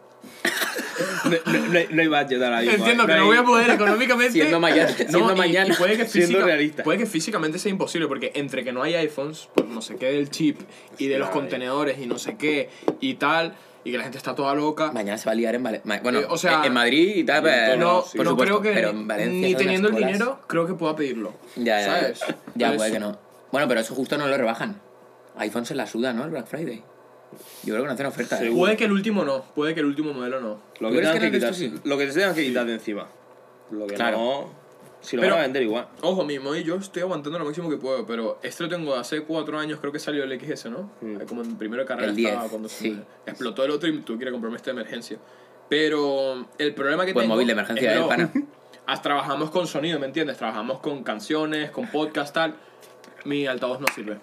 No, no, no iba a llegar ahí. eh. Entiendo que no voy a poder económicamente. Siendo mañana- siendo y- mañana. y puede, que Siendo física- realista. puede que físicamente sea imposible, porque entre que no hay iPhones, pues no sé qué del chip y de los Ay. contenedores y no sé qué y tal, y que la gente está toda loca. Mañana se va a liar en Valencia. Bueno, Eh, o sea, en Madrid y tal, pero. no, sí, por pero supuesto, creo que pero en ni- Valencia ni son teniendo el unas colas. dinero, creo que pueda pedirlo. Ya, ya. ¿Sabes? Pues Ya, Entonces, puede que no. Bueno, pero eso justo no lo rebajan. iPhone se la suda, ¿no? El Black Friday. Yo creo que no hacen oferta. ¿eh? Seguro. Puede que el último no, puede que el último modelo no. Lo ¿Tú que, crees tengan que que no quitar, eres tú, sí? lo que se tengan que quitar de encima. Lo que Claro. no. Si lo Pero- van a vender igual. Ojo, mi móvil yo estoy aguantando lo máximo que puedo, pero este lo tengo de hace cuatro años, creo que salió el XS, ¿no? Como en primero de carrera Mm. El estaba 10, cuando se sí. me- explotó el otro y tú quieres comprarme este de emergencia. Pero el problema que Buen tengo... móvil de emergencia, es eh, lo- pana. as- Trabajamos con sonido, ¿me entiendes? Trabajamos con canciones, con podcast, tal. Mi altavoz no sirve.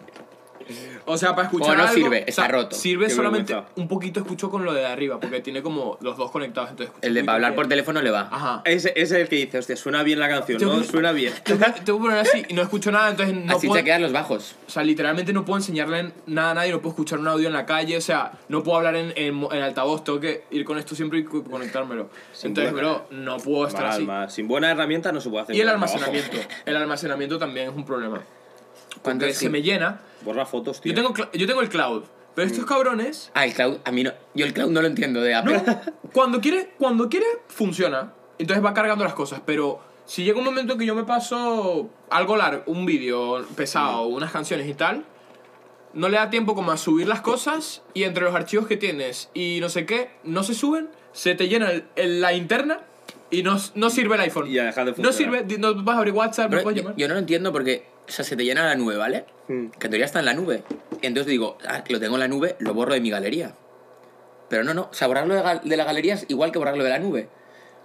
O sea, para escuchar O no algo- sirve, o sea, está roto. Sirve Qué solamente vergüenza. un poquito escucho con lo de arriba, porque tiene como los dos conectados, entonces escucho El de un para hablar por poquito teléfono le va. que- Ajá. Ese, ese es el que dice, hostia, suena bien la canción, Yo ¿no? creo- Suena bien. Tengo que tengo que poner así y no escucho nada, entonces no Así puedo... se quedan los bajos. O sea, literalmente no puedo enseñarle nada a nadie, no puedo escuchar un audio en la calle, o sea, no puedo hablar en, en, en altavoz, tengo que ir con esto siempre y co- conectármelo. Sin Entonces, duda. bro, no puedo estar Mal, así. mal. Sin buenas herramientas no se puede hacer. Y el nada. almacenamiento. El almacenamiento también es un problema. ¿Cuánto Porque es? se me llena. Borra fotos, tío. Yo tengo, cl- yo tengo el cloud, pero estos cabrones, Ah, el cloud. A mí no. Yo el cloud no lo entiendo de Apple. cuando quiere, cuando quiere, funciona. Entonces va cargando las cosas, pero si llega un momento en Mm. que yo me paso algo largo, un vídeo pesado, unas canciones y tal, no le da tiempo como a subir las cosas y entre los archivos que tienes y no sé qué, no se suben, se te llena el- el- la interna y no, no sirve el iPhone. Y ya deja de no funcionar. sirve, di- no vas a abrir WhatsApp, no Pero puedes yo, llamar. yo no lo entiendo porque, o sea, se te llena la nube, ¿vale? Que en teoría está en la nube. Y entonces digo, ah, lo tengo en la nube, lo borro de mi galería. Pero no, no, o sea, borrarlo de, gal- de la galería es igual que borrarlo de la nube.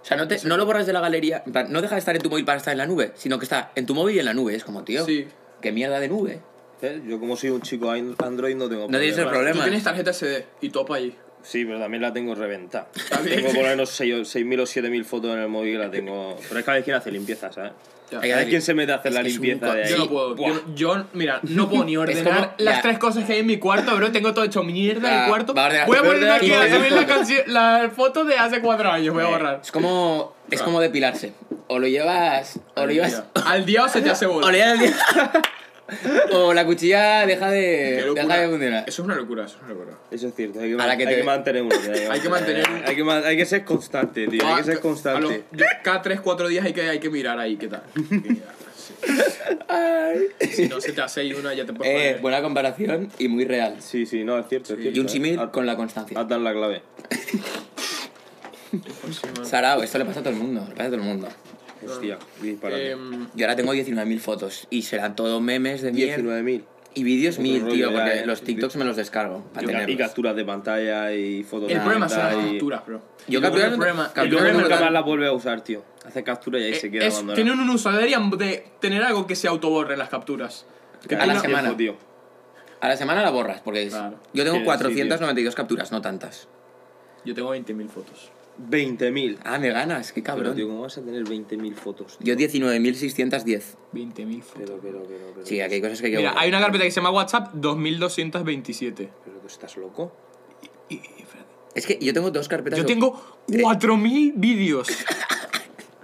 O sea, no, te, no lo borras de la galería, en plan, no deja de estar en tu móvil para estar en la nube, sino que está en tu móvil y en la nube. Es como, tío, Sí. qué mierda de nube. ¿Eh? Yo como soy un chico an- Android no tengo No tienes el Tú problema. tienes tarjeta SD y topa allí. Sí, pero también la tengo reventada. También. Tengo por lo menos 6 o- 6.000 o 7.000 fotos en el móvil y la tengo... Pero es que a veces quien hace limpieza, ¿sabes? Ya. Hay que ¿Sabes hacer- quién se mete a hacer es la que es un limpieza co- de ahí? Yo no Sí, puedo. buah. Yo, yo, mira, no puedo ni ordenar como las la- tres cosas que hay en mi cuarto, bro. Tengo todo hecho mierda en La- el cuarto. va a ordenar- Voy a va a poner ordenar aquí a quince subir la, fotos. canción- la foto de hace cuatro años. Voy a borrar. Es como, es como depilarse. O lo llevas, o lo llevas, Al día o se te hace bola. o le llevas al día- o la cuchilla deja Qué de, locura. eh, deja de funcionar. Eso es una locura, eso es una locura. Eso es cierto, hay que, A la que hay te- que mantener uno. tío, Hay que mantener- Hay que, man- hay que ser constante, tío. Hay que ser A lo- constante. Ah, yo- cada 3, 4 días hay que, hay que mirar ahí qué tal. Hay que mirar, sí. Si no se te hace ahí una, ya te puedes Eh, poner. buena comparación y muy real. Sí, sí, no, es cierto, es cierto. Y un ¿eh? simil At- con la constancia. Atan la clave. Sarao, esto le pasa a todo el mundo, le pasa a todo el mundo. Hostia, disparate. Em, Yo ahora tengo 19.000 fotos y serán todo memes de mierda 19.000. y vídeos Otro mil, rollo tío, ya, porque eh. los TikToks me los descargo para Y ca- Y tenerlos. capturas de pantalla y fotos el de problema son las pantalla y- capturas, bro. Yo Y luego capturas- el problema- capturas el Yo creo que problema- no nunca capturas- más las vuelve a usar, tío. Hace captura y ahí eh, se queda es- abandonada. Tienen un uso, deberían de tener algo que se autoborre en las capturas. Que A tú la no- semana. Tío. A la semana la borras, porque es- Claro. yo Sí, tengo sí, 492 capturas, no tantas. Yo tengo 20.000 fotos. 20.000. Ah, me ganas, qué Pero, tío, cabrón. ¿cómo vas a tener 20.000 fotos? tío? Yo 19.610. 20.000 fotos. Pero, pero, pero, pero. Sí, aquí hay cosas que hay que Mira, borrar. hay una carpeta que se llama WhatsApp 2227. Pero tú estás loco. Y- y- espérate. Es que yo tengo dos carpetas. Yo de- tengo 4.000 vídeos.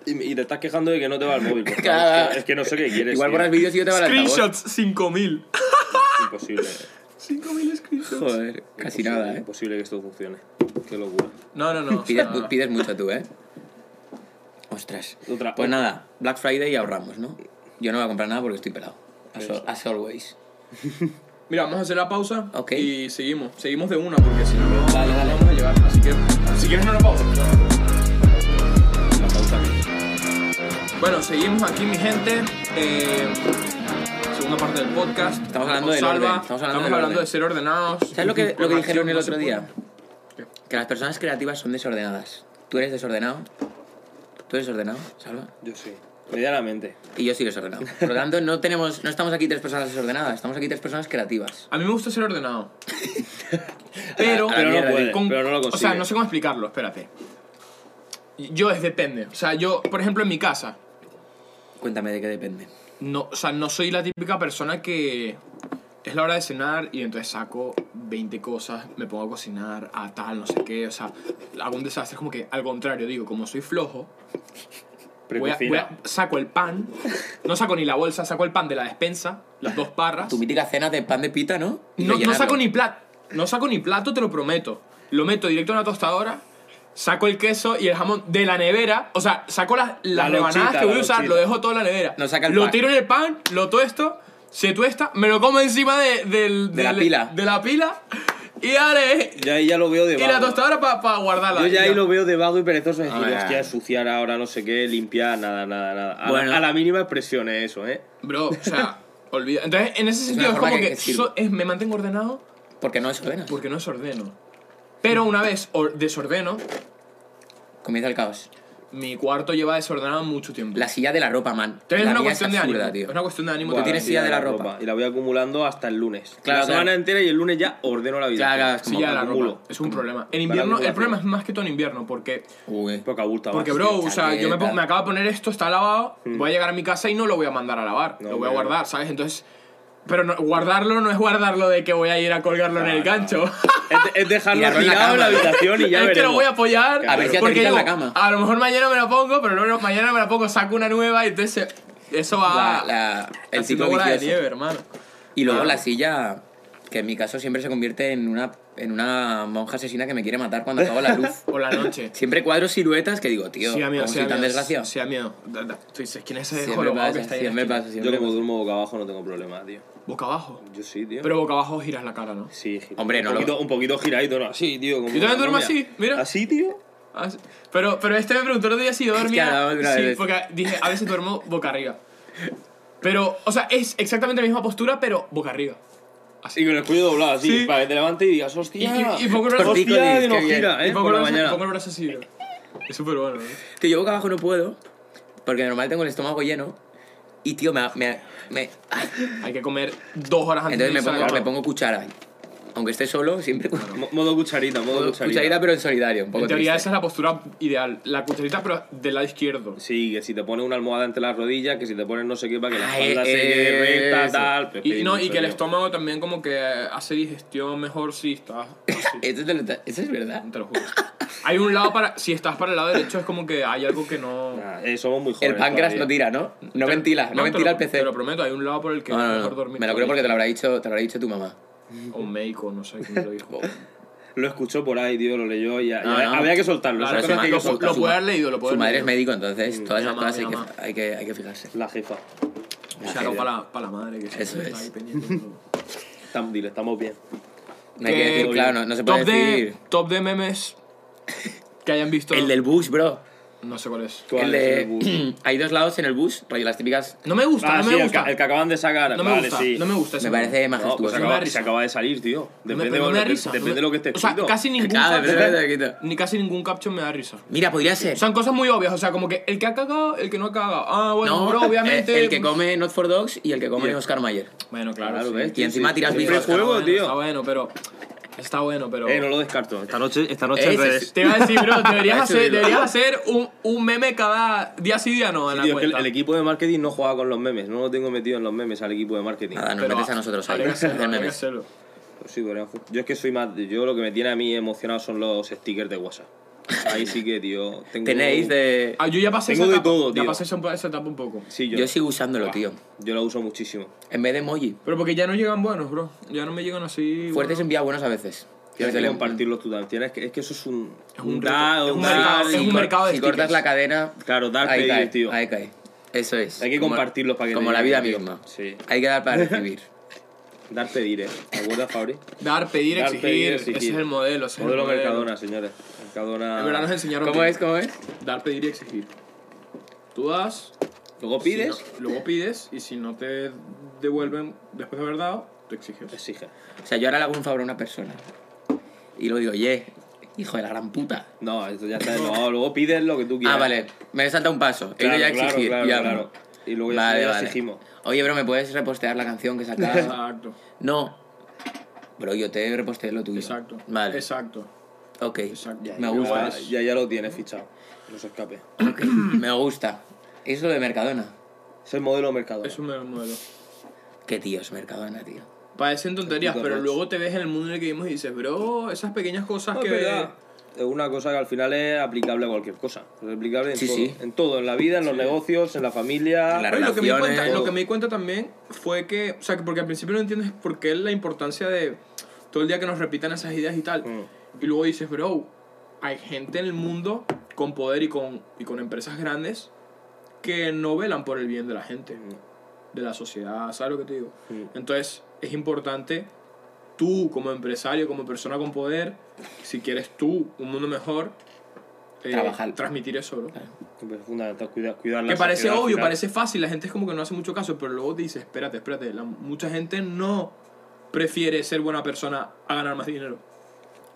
Y, y te estás quejando de que no te va el móvil. por favor. Claro. Es, que, es que no sé qué quieres. Igual tío. borras vídeos y yo te va la Screenshots 5.000. Imposible. 5.000 screenshots. Joder, casi Imposible, nada, eh. Imposible que esto funcione. Qué locura. No, no, no. o Pides, sea, pides mucho tú, ¿eh? Ostras. Otra- pues nada, Black Friday y ahorramos, ¿no? Yo no voy a comprar nada porque estoy pelado. As, as always. Mira, vamos a hacer la pausa Ok. y seguimos. Seguimos de una porque si no, no Dale, dale. vamos a llevar. Así que, si quieres, no la pausa. La pausa que- Bueno, seguimos aquí, mi gente. Eh, segunda parte del podcast. Estamos hablando Con del Salva. orden, estamos hablando del orden. de ser ordenados. ¿Sabes lo que, Con lo que acción, dijeron el no se otro puede. día? Que las personas creativas son desordenadas. Tú eres desordenado. Tú eres ordenado, Salva. Yo sí. Medianamente. Y yo soy desordenado. Por lo tanto, no, tenemos, no estamos aquí tres personas desordenadas, estamos aquí tres personas creativas. A mí me gusta ser ordenado. pero, A la Pero no mierda, puede, pero no lo O sea, consigue. no sé cómo explicarlo, espérate. Yo es depende. O sea, yo, por ejemplo, en mi casa, Cuéntame de qué depende. no, o sea, no soy la típica persona que es la hora de cenar y entonces saco 20 cosas, me pongo a cocinar, a tal, no sé qué, o sea, hago un desastre. Es como que al contrario, digo, como soy flojo, voy a- Precocina. voy a- saco el pan, no saco ni la bolsa, saco el pan de la despensa, las dos parras. Tu mítica cena de pan de pita, ¿no? Y No, no rellenarlo. saco ni plato, no saco ni plato, te lo prometo. Lo meto directo en la tostadora, saco el queso y el jamón de la nevera, o sea, saco las, las La lonchita, rebanadas que la voy a usar, lonchita. lo dejo todo en la nevera. No saca el lo pack. tiro en el pan, lo tuesto, se tuesta, me lo como encima de, del- De la del- pila. de la pila y dale. Ya ahí ya lo veo de Y vago. la tostadora para guardarla. Yo y ya ahí lo veo de vago y perezoso. Es decir, Ah. hostia, ensuciar ahora, no sé qué, limpiar, nada, nada, nada. A, la- Bueno. a la mínima expresión es eso, ¿eh? Bro, o sea, olvida. Entonces, en ese sentido es forma como que- que, que sirve. so- es- me mantengo ordenado Porque no desordenas. porque no desordeno. Pero una vez or- desordeno, Comienza el caos. mi cuarto lleva desordenado mucho tiempo. La silla de la ropa, man. Entonces la es una mía es cuestión de absurda, ánimo. tío. Es una cuestión de ánimo. Tú Tú Buah, tienes la silla de la tía ropa. Y la voy acumulando hasta el lunes. Claro, la semana claro. entera y el lunes ya ordeno la vida. Claro, claro, es como- silla de la acumulo. ropa. Es un problema. En invierno, el acumulación. problema es más que todo en invierno, porque, Uy. Porque abulta porque más. bro, o sea, yo me, chaqueta. Hmm. pongo- me acabo de poner esto, está lavado, voy a llegar a mi casa y no lo voy a mandar a lavar, No, lo voy a claro. guardar, ¿sabes? Entonces, pero no- guardarlo no es guardarlo de que voy a ir a colgarlo en el gancho. Es, es dejarlo Tirarlo en la tirado en la cama. habitación y ya es que Este lo veremos. voy a apoyar A ver si aterriza porque en digo, la cama. a lo mejor mañana me lo pongo, pero luego mañana me lo pongo, saco una nueva y entonces eso va La- la- el haciendo ciclo bola de vicioso. nieve, hermano. Y luego Claro. la silla, que en mi caso siempre se convierte en una, en una monja asesina que me quiere matar cuando acabo la luz. Por la noche. Siempre cuadro siluetas que digo, tío, Sí, amigo, ¿cómo sí, soy tan amigo, desgraciado? sí, amigo. Da- da- Tú dices, ¿quién es ese Siempre jorobado que pasa, está ahí? en la siempre esquina? pasa, Yo siempre como pasa. duermo boca abajo no tengo problema, tío. Boca abajo. Yo sí, tío. Pero boca abajo giras la cara, ¿no? Sí, gira. Hombre, no un lo- poquito, un poquito giradito, ¿no? Así, tío. Como Yo también duermo una momia. así, mira. ¿Así, tío? Así- Ah, Pero, pero este me preguntó el otro día si yo que dormía. hablamos de una sí, vez. porque dije, a veces duermo boca arriba. Pero, o sea, es exactamente la misma postura, pero boca arriba. Así, con el cuello doblado, así, Sí. para que te levantes y digas, Y, hostia. y, y pongo el brazo, Torticolis, hostia, que qué nos bien. gira, y ¿eh? pongo Por el la brazo, pongo mañana. el brazo así. bro. Es súper bueno, ¿no? Que yo boca abajo no puedo, porque de normal tengo el estómago lleno. Y tío, me. me, me- Ah, Hay que comer dos horas antes entonces me de pongo, sacarlo. me pongo cuchara. Aunque esté solo, siempre. con Mo- Modo cucharita, modo cucharita. cucharita. pero en solidario. Un poco En teoría, triste. esa es la postura ideal. La cucharita, pero del lado izquierdo. Sí, que si te pones una almohada entre las rodillas, que si te pones no sé qué, para que la Ah, Ay, espalda se quede recta, eso. tal. pues, eh, Y, pedí no, mucho, y que el tío. estómago también como que hace digestión mejor si estás así. Esto te lo ta- eso es verdad. Te lo juro. Hay un lado para... Si estás para el lado derecho es como que hay algo que no... Nah, eh, somos muy jóvenes. El páncreas todavía. no tira, ¿no? No ventila, no, te ventila lo- el PC. Te lo prometo, hay un lado por el que No, es no, mejor no, dormir. Me lo creo porque te lo habrá dicho, te lo habrá dicho tu mamá. O un médico, no sé quién lo dijo. Lo escuchó por ahí, tío, lo leyó y ya- No, ya- no. había que soltarlo. Claro, esas su cosas ma- que hay lo, que soltar. lo su puede ma- haber leído, lo puede Su haber madre es leído. médico, entonces todas mi esas mamá, cosas hay mi que, mamá. hay, que, hay que fijarse. La jefa. O sea, no para la, pa' la madre que siempre Eso está es. ahí pendiente. Estamos, dile, estamos bien. No hay que Que- decir, claro, no, no se puede top, decir. de, top de memes que hayan visto. El del bus, bro. No sé cuál es. El ¿Cuál es de- el bus? hay dos lados en el bus, rollo, las típicas. No me gusta, Ah, no sí, me el, gusta. ca- el que acaban de sacar. No me vale, gusta, sí. no me gusta ese Me meme. parece No, pues majestuoso. me da acaba, risa. se acaba de salir, tío. No me- Depende, no de, me da dep- risa, no depende me- de lo que esté O sea, escrito. casi ningún, Claro, caption- depende de lo que quita. ni casi ningún caption me da risa. Mira, podría ser. Son cosas muy obvias, o sea, como que el que ha cagado, el que no ha cagado. Ah, bueno, no, bro, obviamente. eh, El, que come Not for Dogs y el que come Oscar Mayer. Bueno, claro. Claro, sí. ¿ves? Y encima tiras Siempre vídeos, juego, bueno, Está tío. bueno, pero. Está bueno, Eh, pero. Eh, no lo descarto. Esta noche, esta noche Ese en redes. Te iba a decir, bro, deberías Hay que hacer, subirlo. deberías hacer un, un meme cada día sí, día no en la Tío, es que el, cuenta. el equipo de marketing no juega con los memes. No lo tengo metido en los memes al equipo de marketing. Nada, nos Pero metes a nosotros hay ahí. que hacerlo, hacer hay que memes. hacerlo. Pues sí, podrían ju- Yo es que soy más. Yo lo que me tiene a mí emocionado son los stickers de WhatsApp. Ahí sí que, tío. Tengo, Tenéis de. Ah, yo ya pasé Tengo esa de etapa. todo, ya tío. pasé esa, esa etapa un poco. Sí, yo. Yo sigo usándolo, tío. Yo lo uso muchísimo. En vez de emoji. Pero porque ya no llegan buenos, bro. Ya no me llegan así. Fuertes bueno. envía buenos a veces. Yo Tienes desde que el- compartirlos tú también. Tienes que, es que eso es un. Es un reto, dar, es un dar mercado, y es un dar. mercado de Si cortas stickers. la cadena. Claro, dar, ahí pedir, cae, tío. Ahí cae. Eso es. Hay que Como- compartirlos para que te Como la vida lleguen, tío. misma. Sí. Hay que dar para recibir. Dar, pedir, eh. ¿Te acuerdas, Fabri? Dar, pedir, Dar, exigir. pedir, Ese exigir. es el modelo. Ese es Modelo el modelo. Mercadona, señores. Mercadona. En verdad nos enseñaron. ¿Cómo que es? ¿Cómo es? Dar, pedir y exigir. Tú das. Luego si pides, no- luego pides y si no te devuelven después de haber dado, te exiges. exige. O sea, yo ahora le hago un favor a una persona. Y luego digo, oye, hijo de la gran puta. No, esto ya está. No, luego pides lo que tú quieras. Ah, vale. Me he saltado un paso. Claro, he ido ya a claro, exigir. claro, ya. claro. Y luego ya, Vale, ya vale. exigimos. Oye, bro, ¿me puedes repostear la canción que sacaba? Exacto. no. Bro, yo te reposteé lo tuyo. Exacto. Vale. Exacto. Ok. Exacto. Me Ya- gusta. Ya, ya lo tienes fichado. No se escape. Ok, Me gusta. Es lo de Mercadona. Es el modelo mercado. Es un buen modelo. Qué tíos, Mercadona, tío. Parecen tonterías, Puto pero Rex. luego te ves en el mundo en el que vivimos y dices, bro, esas pequeñas cosas No, que Ah, es verdad. Es una cosa que al final es aplicable a cualquier cosa. Es aplicable en Sí, todo. sí. En todo, en la vida, en los negocios, en la familia. En la Oye, lo, que me di relaciones, cuenta, lo todo. que me di cuenta también fue que, o sea, que porque al principio no entiendes por qué la importancia de todo el día que nos repitan esas ideas y tal. Mm. Y luego dices, bro, hay gente en el mundo con poder y con, y con empresas grandes que no velan por el bien de la gente, Mm. Mm, de la sociedad, ¿sabes lo que te digo? Entonces, es importante tú como empresario, como persona con poder, si quieres tú un mundo mejor, eh, Trabajar. transmitir eso, bro. Pues es fundamental cuidar, cuidar la Que parece sociedad al obvio, final. parece fácil, la gente es como que no hace mucho caso, pero luego te dice, espérate, espérate, la- mucha gente no prefiere ser buena persona a ganar más dinero.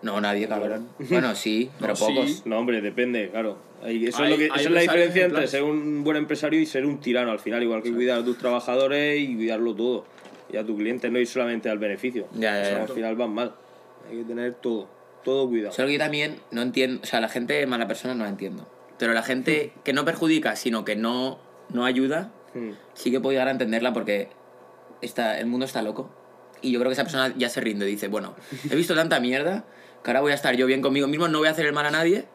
No, nadie, cabrón. Bueno, sí, pero sí. pocos. No, hombre, depende, claro. Ahí- Eso Hay- es, lo que, hay eso es la empresarios diferencia entre ejemplares. ser un buen empresario y ser un tirano al final. Igual que cuidar a tus trabajadores y cuidarlo todo. Y a tu cliente, no ir solamente al beneficio. Ya, ya, O sea, ya. Al final van mal. Hay que tener todo. Todo cuidado. Solo que yo también no entiendo, o sea, la gente mala persona no la entiendo. Pero la gente que no perjudica, sino que no, no ayuda, Mm. sí que puedo llegar a entenderla porque está, el mundo está loco. Y yo creo que esa persona ya se rinde, dice, bueno, he visto tanta mierda que ahora voy a estar yo bien conmigo mismo, no voy a hacer el mal a nadie,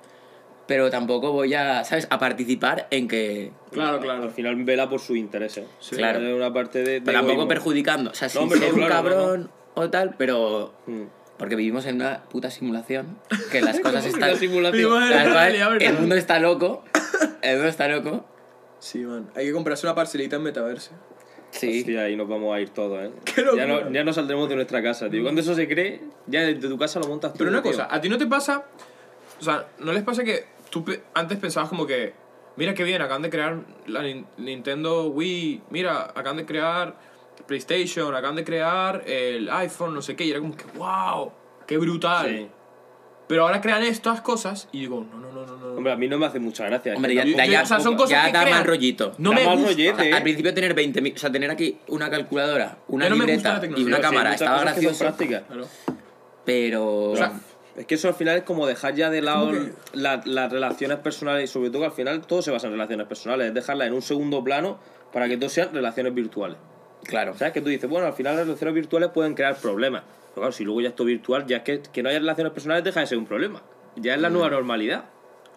pero tampoco voy a, ¿sabes?, a participar en que... Claro, claro. Al final vela por sus intereses. Sí. Claro. Es una parte de. de Pero tampoco egoísmo. perjudicando, o sea, sin hombre, no, ser un claro, no, cabrón o tal, pero... Mm. Porque vivimos en una puta simulación, que las cosas están... Una simulación. Digo, Tal cual, realidad, ¿verdad? el mundo está loco. El mundo está loco. Sí, man. Hay que comprarse una parcelita en Metaverse. Sí. Hostia, ahí nos vamos a ir todos, ¿eh? Qué locura. Ya no, ya no saldremos de nuestra casa, tío. Cuando eso se cree, ya de de tu casa lo montas tú. Pero una tío. cosa, ¿a ti no te pasa? O sea, ¿no les pasa que tú pe- antes pensabas como que, mira qué bien, acaban de crear la Nin- Nintendo Wii, mira, acaban de crear PlayStation, acaban de crear el iPhone, no sé qué, y era como que, wow, qué brutal. Sí. Pero ahora crean estas cosas y digo, no, no, no, no, no. Hombre, a mí no me hace mucha gracia. Hombre, Yo- ya, Yo- da, yo- ya, o sea, son cosas ya que da crean. mal rollito. no da me mal gusta. O sea, rollete, eh. al principio tener 20.000, o sea, tener aquí una calculadora, una Ya no me gusta la libreta y tecnología, una sí, cámara, muchas estaba cosas que son gracioso, prácticas. Claro. pero... O sea, Es que eso al final es como dejar ya de lado como que- la- las relaciones personales y sobre todo que al final todo se basa en relaciones personales, es dejarla en un segundo plano para que todo sean relaciones virtuales. claro. O sea, es que tú dices, bueno, al final las relaciones virtuales pueden crear problemas. Pero claro, si luego ya esto virtual, ya es que, que no haya relaciones personales deja de ser un problema. Ya es la Mm. nueva normalidad.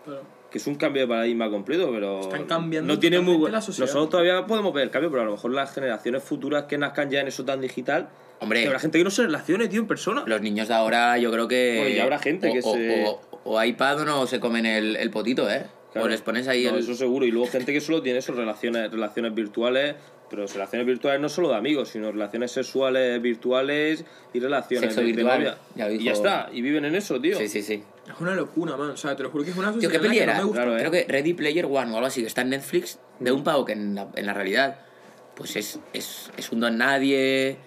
Claro. Que es un cambio de paradigma completo, pero. Están cambiando No tiene muy totalmente buen- la sociedad. Nosotros todavía podemos ver el cambio, pero a lo mejor las generaciones futuras que nazcan ya en eso tan digital. Hombre. que habrá gente que no se relacione, tío, en persona. Los niños de ahora yo creo que... Bueno, ya habrá gente o- que o, se- O, o iPad o no se comen el, el potito, ¿eh? Claro. O les pones ahí No, el... Eso seguro. Y luego gente que solo tiene eso, relaciones, relaciones virtuales. Pero relaciones virtuales no solo de amigos, sino relaciones sexuales virtuales y relaciones Sexo de- de virtual, novia. ya dijo- Y ya está. Y viven en eso, tío. Sí, sí, sí. Es una locura, man. O sea, te lo juro que es una Tío, sociedad ¿qué en la peli que no era? me gusta. Mm. Claro, eh. Creo que Ready Player One o algo así, que está en Netflix, de un pavo que en la, en la realidad pues es, es, es un don nadie,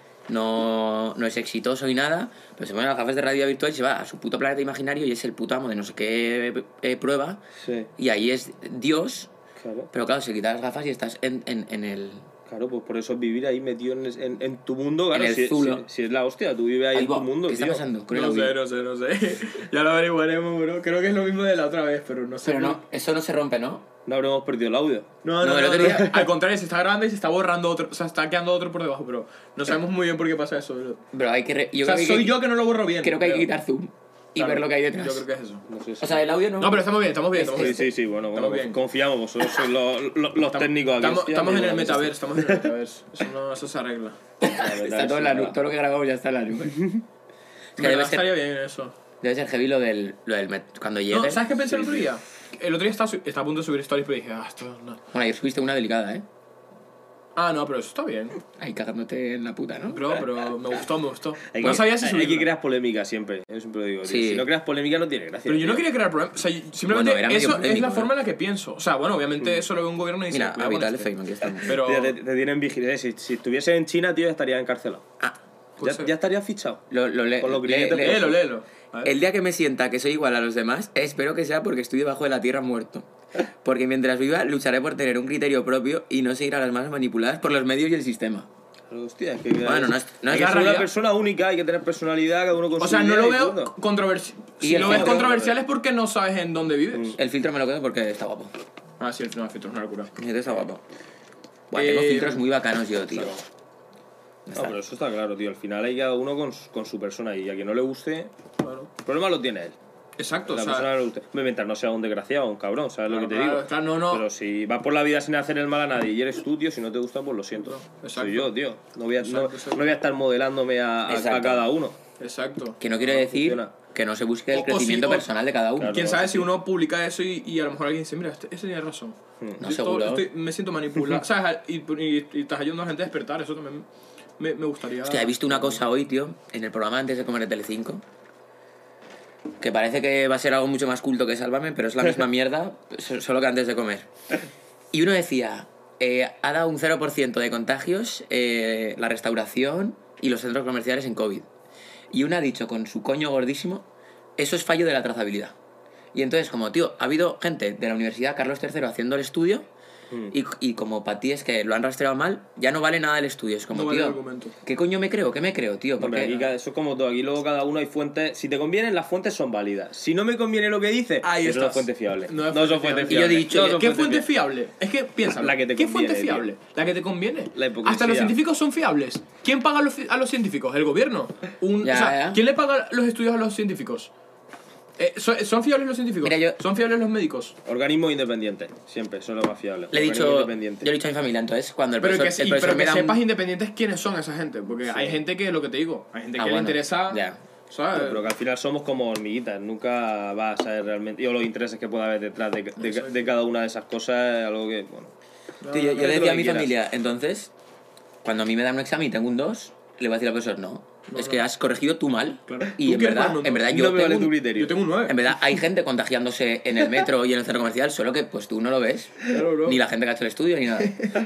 no, no es exitoso ni nada, pero se pone a las gafas de realidad virtual y se va a su puto planeta imaginario y es el puto amo de no sé qué eh, prueba, Sí, y ahí es Dios, claro. pero claro, se quita las gafas y estás en, en, en el... Claro, pues por eso vivir ahí metido en, en- en tu mundo, claro, el si, zulo. si- si es la hostia, tú vives ahí, Ahí en tu va, mundo, ¿Qué está tío. pasando? Creo No que lo vi. sé, no sé, no sé. ya lo averiguaremos, bro. Creo que es lo mismo de la otra vez, pero no sé. Pero no, eso no se rompe, ¿no? No habremos perdido el audio. No, no, No, no, el otro no. día- Al contrario, se está grabando y se está borrando otro. O sea, está quedando otro por debajo, pero no sabemos muy bien por qué pasa eso, bro. Pero hay que... re- Yo o sea, creo que hay soy que- yo que no lo borro bien. Creo que hay que quitar zoom y Claro, ver lo que hay detrás. Yo creo que es eso. No sé si- O sea, este el audio no... No, pero estamos bien, estamos bien. Estamos sí, bien. sí, sí, bueno, Estamos bueno pues bien. confiamos, vosotros sois los, los- los Estamos- técnicos aquí. Estamos, hostia, estamos en mira, el la cosa metaverso, estamos en el metaverso. Eso, no, eso se arregla. está- la Está verdad todo en es la una- nube. Todo lo que grabamos ya está en la nube. Es que Pero debe ser, estaría bien eso. debe ser heavy lo del, lo del met- cuando llegue. No, ¿Sabes qué pensé el otro día? El otro día estaba, su- estaba a punto de subir stories, pero dije, ah, esto no. Bueno, ayer subiste una delicada, ¿eh? Ah, no, pero eso está bien. Ahí cagándote en la puta, ¿no? Bro, pero me gustó, me gustó. Hay No que- sabía si hay- hay que subirla. crear polémica siempre. Yo siempre lo digo, tío. Sí. Si no creas polémica no tiene gracia. Pero yo no tío. quería crear problemas. O sea, yo- simplemente era medio eso es polémico, la ¿eh? forma en la que pienso. O sea, bueno, obviamente eso lo ve un gobierno y dice. Mira, "Cuidado con Habital este". Facebook, aquí estamos. Pero. Tío, te, te tienen vigilados. Si, si estuviese en China, tío, ya estaría encarcelado. Ah, Puede Ya, ser. ya estaría fichado. lo, lo le- Con los le- billetes le- Léelo, léelo. A ver. El día que me sienta que soy igual a los demás, espero que sea porque estoy debajo de la tierra muerto. Porque mientras viva, lucharé por tener un criterio propio y no seguir a las masas manipuladas por los medios y el sistema. Pero, hostia, es que. Bueno, no es, no Hay que es Hay que ser realidad- una persona única, hay que tener personalidad, cada uno con O su sea, no idea lo y veo punto. controversial. Y Si el lo ves filtro. Mm. controversial es porque no sabes en dónde vives. El filtro me lo quedo porque está guapo. Ah, sí, el filtro es una locura. El filtro está guapo. Buah, tengo Eh, filtros muy bacanos yo, tío. No, pero eso está claro, tío. Al final hay cada uno con, su- con su persona y a quien no le guste, Claro. el problema lo tiene él. Exacto, La o sea. persona no le guste. Hombre, Mientras no sea un desgraciado, un cabrón, ¿sabes lo Claro, que te claro, digo? claro, no, no. Pero si vas por la vida sin hacer el mal a nadie y eres tú, tío, si no te gusta, pues lo siento. Exacto. Soy yo, tío. No voy a, no- Exacto, exacto. no voy a estar modelándome a, a- a Exacto. cada uno. Exacto. Que no quiere decir funciona. que no se busque O- el o crecimiento sí, o- personal de cada uno. Claro. Quién sabe si uno publica eso y, y a lo mejor alguien dice, mira, este, ese tiene razón. Hmm. No, Yo seguro. estoy- me siento manipulado. ¿Sabes? Y, y- y estás ayudando a la gente a despertar. Eso también me, me gustaría. Hostia, he visto una cosa hoy, tío, en el programa antes de comer de Telecinco. Que parece que va a ser algo mucho más culto que Sálvame, pero es la misma mierda, so- solo que antes de comer. Y uno decía, eh, ha dado un 0% de contagios eh, la restauración y los centros comerciales en COVID. Y uno ha dicho con su coño gordísimo, eso es fallo de la trazabilidad. Y entonces, como, tío, ha habido gente de la Universidad Carlos III haciendo el estudio Mm. y, y como para ti es que lo han rastreado mal, ya no vale nada el estudio. Es como, No vale tío, el argumento. ¿qué coño me creo? ¿Qué me creo, tío? Hombre, Porque aquí cada- eso es como todo. Aquí luego cada uno hay fuentes. Si te convienen, las fuentes son válidas. Si no me conviene lo que dices, Ahí es una estás. fuente fiable. No No, es son fuente fuentes fiable. Y yo he fiables. dicho, No son ¿Qué fuentes fuente fiables. fiable? Es que piénsalo. La que te ¿Qué conviene, fuente tío. fiable? La que te conviene. La hipocresía. Hasta los científicos son fiables. ¿Quién paga a los, ci- a los científicos? ¿El gobierno? Un- Ya, o sea, ya. ¿Quién le paga los estudios a los científicos? Eh, so- ¿son, fiables los científicos? Mira, yo- ¿Son fiables los médicos? Organismos independientes, siempre, son los más fiables. le he Organismos dicho, yo independientes. le he dicho a mi familia, entonces, cuando el Pero profesor, que, sí, el pero profesor que me da un- sepas independientes quiénes son esa gente. Porque hay gente que, lo que te digo, hay gente Ah, que le bueno, interesa... ya. ¿sabes? Pero que al final somos como hormiguitas, nunca vas a saber realmente. O los intereses que pueda haber detrás de, de- de cada una de esas cosas, algo que. Bueno, Tío, yo, yo Creo le que decía a mi lo que quieras. familia, entonces, cuando a mí me dan un examen y tengo un 2, le voy a decir al profesor, no, es que has corregido tú mal. Claro. Y ¿Tú en qué verdad, hermano? en verdad No yo me tengo vale un- tu criterio. Yo tengo un 9. en verdad hay gente contagiándose en el metro y en el centro comercial, solo que pues tú no lo ves. Claro, bro. Ni la gente que ha hecho el estudio ni nada.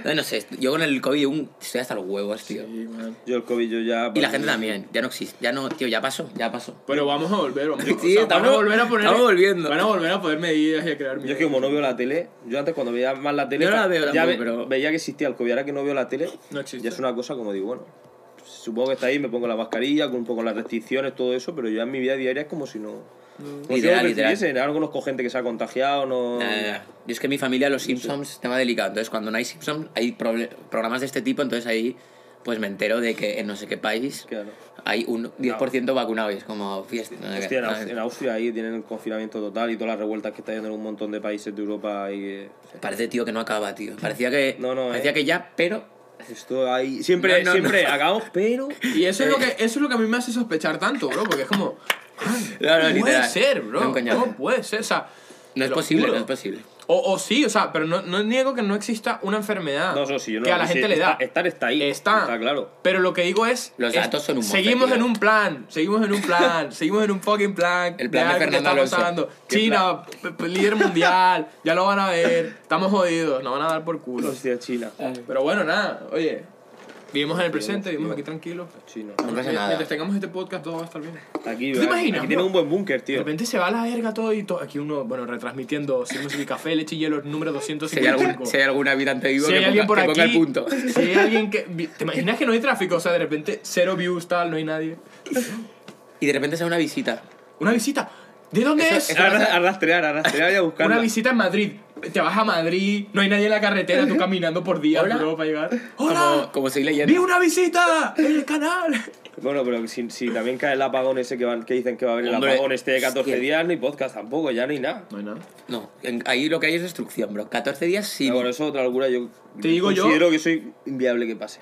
No, no sé, yo con el COVID un- estoy hasta los huevos, tío. Sí, man. Yo el COVID yo ya... Y la gente también, ya no existe, ya no, tío, ya pasó, ya pasó. Pero vamos a volver, vamos, o sea, estamos- van a volver a poner. estamos volviendo. Van a volver a poder medidas y a crear Yo es medidas. que como no veo la tele, yo antes cuando veía más la tele... Yo no la veo ya tampoco, ve- pero- Veía que existía el COVID, ahora que no veo la tele, No existe. ya es una cosa como digo, bueno, supongo que está ahí, me pongo la mascarilla, con un poco las restricciones, todo eso, pero ya en mi vida diaria es como si no... Como Literal, si no literal. percibiese, ahora conozco gente que se ha contagiado, no... Nada, nada. Yo Eh, es que en mi familia los Simpsons es tema delicado. Entonces, cuando no hay Simpsons, hay proble- programas de este tipo. Entonces ahí, pues me entero de que en no sé qué país Claro. hay un 10% vacunado y es como fiesta. no sé qué. Hostia, en, Aus- en Ah, Austria ahí tienen el confinamiento total y todas las revueltas que está yendo en un montón de países de Europa y... eh, Parece, tío, que no acaba, tío. Parecía que, No, no, parecía eh. que ya, pero. Esto ahí... Siempre, No, no, siempre, no. acabamos, pero... Y eso es, lo que, eso es lo que a mí me hace sospechar tanto, bro, porque es como. "Ay, No, no, puede literal. ser, bro. No, coño. ¿Cómo puede ser? O sea. No te es lo posible, juro. no es posible. O, o sí, o sea, pero no, no niego que no exista una enfermedad No, eso sí, yo no que a lo la sé. gente le da. Está- estar está ahí, Está, está claro. Pero lo que digo es. Los es- datos son un monte, Seguimos tío. en un plan, seguimos en un plan, seguimos en un fucking plan. El plan algo de que Fernando está Alonso. pasando. ¿Qué China, p- p- líder mundial, ya lo van a ver, estamos jodidos, nos van a dar por culo. Hostia, China. Pero bueno, nada, oye, vivimos en el presente, vivimos aquí tranquilos. China. No pasa nada. Mientras tengamos este podcast, todo va a estar bien. Aquí, ¿Te ¿verdad? imaginas, Aquí bro? tiene un buen búnker, De tío. repente se va a la verga todo y todo. Aquí uno, bueno, retransmitiendo Sin Música y Café, Leche y Hielo, número Si hay, 255. algún, si hay algún habitante vivo Si que, hay alguien ponga, por que ponga aquí. el punto. Si hay alguien que. vi- ¿Te imaginas que no hay tráfico? O sea, de repente, cero views, tal, no hay nadie. Y de repente sale una visita. Una visita. ¿De dónde Eso- es? eso- A ra- a rastrear, a rastrear y a buscar. Una visita en Madrid. Te vas a Madrid, no hay nadie en la carretera, tú caminando por días, Hola. bro, para llegar. Como, ¡Hola! como soy leyendo. ¡Vi una visita! ¡En el canal! Bueno, pero si, si también cae el apagón ese que, van, que dicen que va a haber el Hombre, apagón este de 14 hostia. días, ni podcast tampoco, ya no hay nada. No hay nada. No, en- ahí lo que hay es destrucción, bro. 14 días sin. Pero bueno, eso es otra locura. Yo Te digo yo- considero que soy inviable que pase.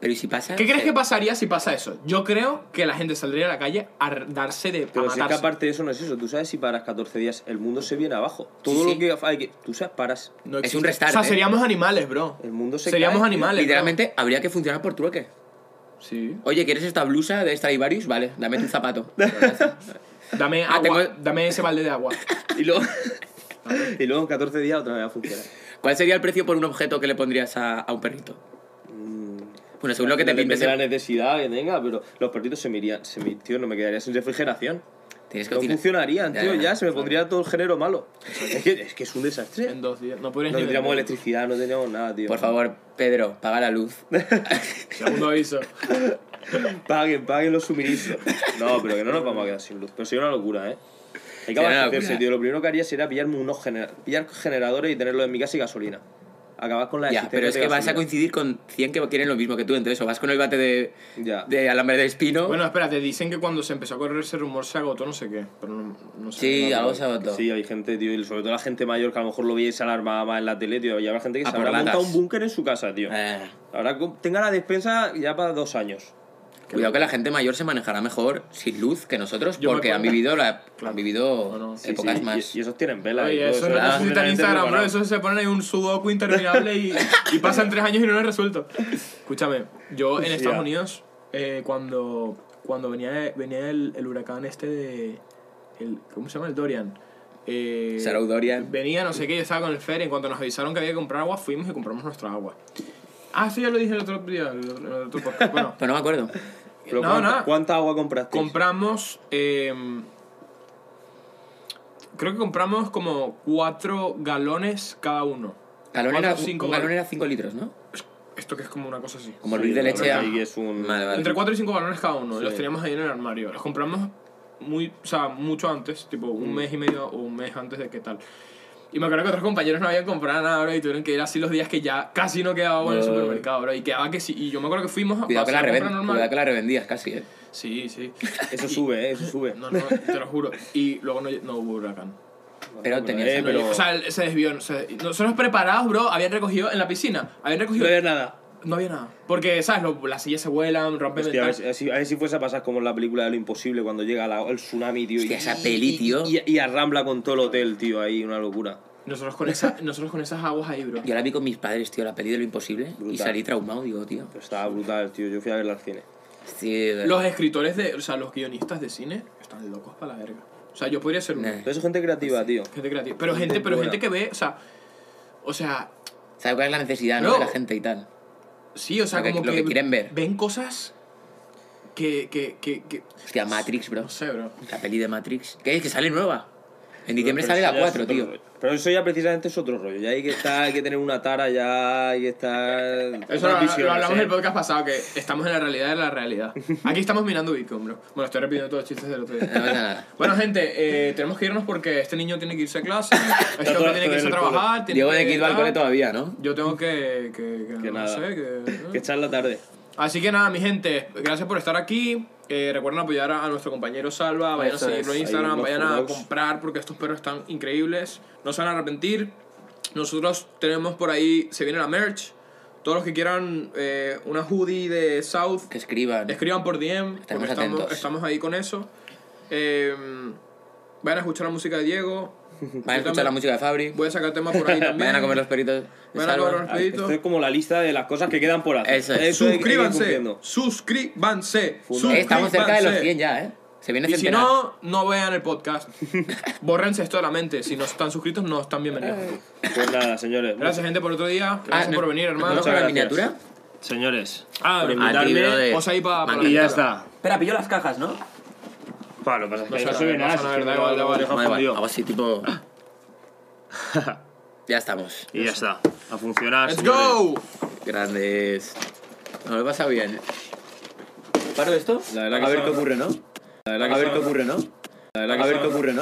Pero ¿y si pasa? ¿Qué crees Eh, que pasaría si pasa eso? Yo creo que la gente saldría a la calle a r- darse de. a Pero si es que matarse. aparte de eso no es eso. Tú sabes si paras 14 días, el mundo se viene abajo. Todo Sí, lo sí. que hay que... Tú sabes, paras. No Es existe. un restart, O sea, ¿eh? seríamos animales, bro. El mundo se Seríamos cae, animales. Literalmente habría que funcionar por trueque. bro. Sí. Oye, ¿quieres esta blusa de Stradivarius? Vale, dame tu zapato. Dame Ah, agua. tengo- Dame ese balde de agua. Y luego... y luego en 14 días otra vez va a funcionar. ¿Cuál sería el precio por un objeto que le pondrías a, a un perrito? Mm, Bueno, según lo que te Depende pintes, de la en- necesidad que tenga, pero los perritos se me irían, se me, tío, no me quedaría sin refrigeración. tienes que No cocinar. funcionarían, Ya, tío, ya, ya, se me pondría todo el género malo. Es que es, que es un desastre. En dos días. No podrías No ni tendríamos beber. electricidad, no teníamos nada, tío. Por favor, Pedro, paga la luz. Segundo aviso. Paguen, paguen los suministros. No, pero que no nos vamos a quedar sin luz. Pero sería una locura, ¿eh? Hay que Sería una abastecerse, locura. tío. Lo primero que haría sería pillarme unos gener- pillar generadores y tenerlos en mi casa y gasolina. Acabar con la ya, pero es que vas a coincidir coincidir. con 100 que quieren lo mismo que tú, entonces o vas con el bate de, Ya. de alambre de espino. Bueno, espérate, dicen que cuando se empezó a correr ese rumor se agotó no sé qué. Pero no, no sé. sí, No, algo no. se agotó. Sí, hay gente, tío, y sobre todo la gente mayor que a lo mejor lo veía y se alarmaba más en la tele, tío. Y habrá gente que A se Ah, por habrá latas. montado un búnker en su casa, tío. Eh, Ahora co- tenga la despensa ya para dos años. cuidado que la gente mayor se manejará mejor sin luz que nosotros Yo me porque han acuerdo. vivido, la, Claro. han vivido No, no, sí, épocas Sí, y- más. Y, esos tienen velas. y Oye, todo eso no ¿verdad? necesitan Gente Instagram, bro. preparada. Eso se ponen ahí un sudoku interminable y, y pasan tres años y no lo he resuelto. Escúchame, yo en Hostia. Estados Unidos, eh, cuando, cuando venía, venía el, el huracán este de. El, ¿Cómo se llama? El Dorian. Eh, Sarah Dorian. Venía, no sé qué, yo estaba con el ferry. En cuanto nos avisaron que había que comprar agua, fuimos y compramos nuestra agua. Ah, sí, ya lo dije el otro día. el otro- el otro podcast. Bueno, Pues no me acuerdo. Pero No, ¿cuánta, nada. cuánta agua compraste? compramos. em, creo que compramos como cuatro galones cada uno. Galón Cuatro, era, cinco un galón galones. era 5 litros, ¿no? Esto que es como una cosa así. Como el Sí, bris de el leche. galón a- ahí es un- Vale, vale. Entre 4 y 5 galones cada uno. y Los Sí. teníamos ahí en el armario. Los compramos muy, o sea, mucho antes, tipo un Mm. mes y medio o un mes antes de que tal. Y me acuerdo que otros compañeros no habían comprado nada, bro, y tuvieron que ir así los días que ya casi no quedaba agua en el No. supermercado, bro. Y quedaba que sí. Y yo me acuerdo que fuimos a Cuidado que, la pasar a comprar reven- normal. cuidado que la revendías casi, ¿eh? Sí, sí. Eso Y- sube, eh, eso sube. No, no, te lo juro. Y luego no, no hubo huracán. Pero tenías eh, algo. pero- O sea, él se desvió. se- nosotros preparados, bro, habían recogido en la piscina. Habían No recogido. había nada. No había nada. Porque, ¿sabes? Lo- las sillas se vuelan, rompen Hostia, a, ver, ventanas. si- a ver si- a ver si fuese a pasar como en la película de lo imposible cuando llega la- el tsunami, tío. y- Hostia, esa peli, y- tío. Y, y arrambla con todo el hotel, tío, ahí, una locura. Nosotros con, esa, nosotros con esas aguas ahí, bro. Yo la vi con mis padres, tío, la peli de lo imposible. Y Brutal. salí traumado, digo, tío. Pero estaba brutal, tío. Yo fui a verla al cine. Sí, Los escritores de. O sea, los guionistas de cine están locos para la verga. O sea, yo podría ser uno. Nah. Pero eso es gente creativa, tío. Gente creativa. Pero gente, pero gente que ve, o sea. O sea, ¿Sabes cuál es la necesidad, no? No. De la gente y tal. sí, o sea, Lo que- como lo que, que quieren ver. Ven cosas que. que, que, que Hostia, Matrix, bro. no sé, bro. La peli de Matrix. ¿Qué es? Que sale nueva. En diciembre Pero sale eso la ya es 4, otro tío. rollo. Pero eso ya precisamente es otro rollo. Ya hay que estar, hay que tener una tara, ya hay que estar. Eso otras lo, lo visiones, hablamos ¿eh? en el podcast pasado, que estamos en la realidad de la realidad. Aquí estamos mirando Bitcoin, bro. Bueno, estoy repitiendo todos los chistes del otro día. No pasa nada. Bueno, gente, eh, tenemos que irnos porque este niño tiene que irse a clase, este todo- otro tiene que irse a todo en el trabajar. tiene Diego de que Kid va al tal. cole todavía, ¿no? Yo tengo que. que, que Que no nada. sé, que- Que echar la tarde. Así que nada, mi gente, gracias por estar aquí. Eh, recuerden apoyar a, a nuestro compañero Salva, vayan Eso a seguirlo es, en ahí Instagram, en vayan los a follows. comprar porque estos perros están increíbles. No se van a arrepentir. Nosotros tenemos por ahí, se viene la merch. Todos los que quieran eh, una hoodie de South, Que escriban. escriban por DM, Estaremos porque estamos, atentos. estamos ahí con eso. Eh, vayan a escuchar la música de Diego. Van a escuchar la música de Fabri. Voy a sacar temas por ahí también. Vayan a comer los peritos. de Vayan a Salva. comer los peritos. Ah, Esto es como la lista de las cosas que quedan por hacer. Eso es. hay que ir Suscríbanse, cumpliendo. suscríbanse, Eh, Estamos cerca de los suscríbanse. 100 ya, ¿eh? Se viene Y si centenar. no, no vean el podcast. Bórrense esto de la mente. Si no están suscritos, no están bienvenidos. Pues nada, señores. Gracias, gente, por otro día. Gracias ¿no- por venir, ¿nos hermano. vamos con la Muchas gracias. miniatura? Señores, ah, por A ti, invitarme. brother. Os ahí para Vale. Y ya está. Espera, pilló las cajas, ¿no? Pa, lo que pasa es que No sé, ahí no se ve no nada. sé, si es la que verdad, me igual, lo- igual, lo dejo Vale, fundido. Algo así, tipo... ya estamos. Y ya está. A funcionar. ¡Let's señores. go! Grandes. Nos lo pasa bien. eh. ¿Paro esto? La verdad que a ver sí. qué ocurre, ¿no? La A ver qué ocurre, ¿no? A ver qué ocurre, ¿no?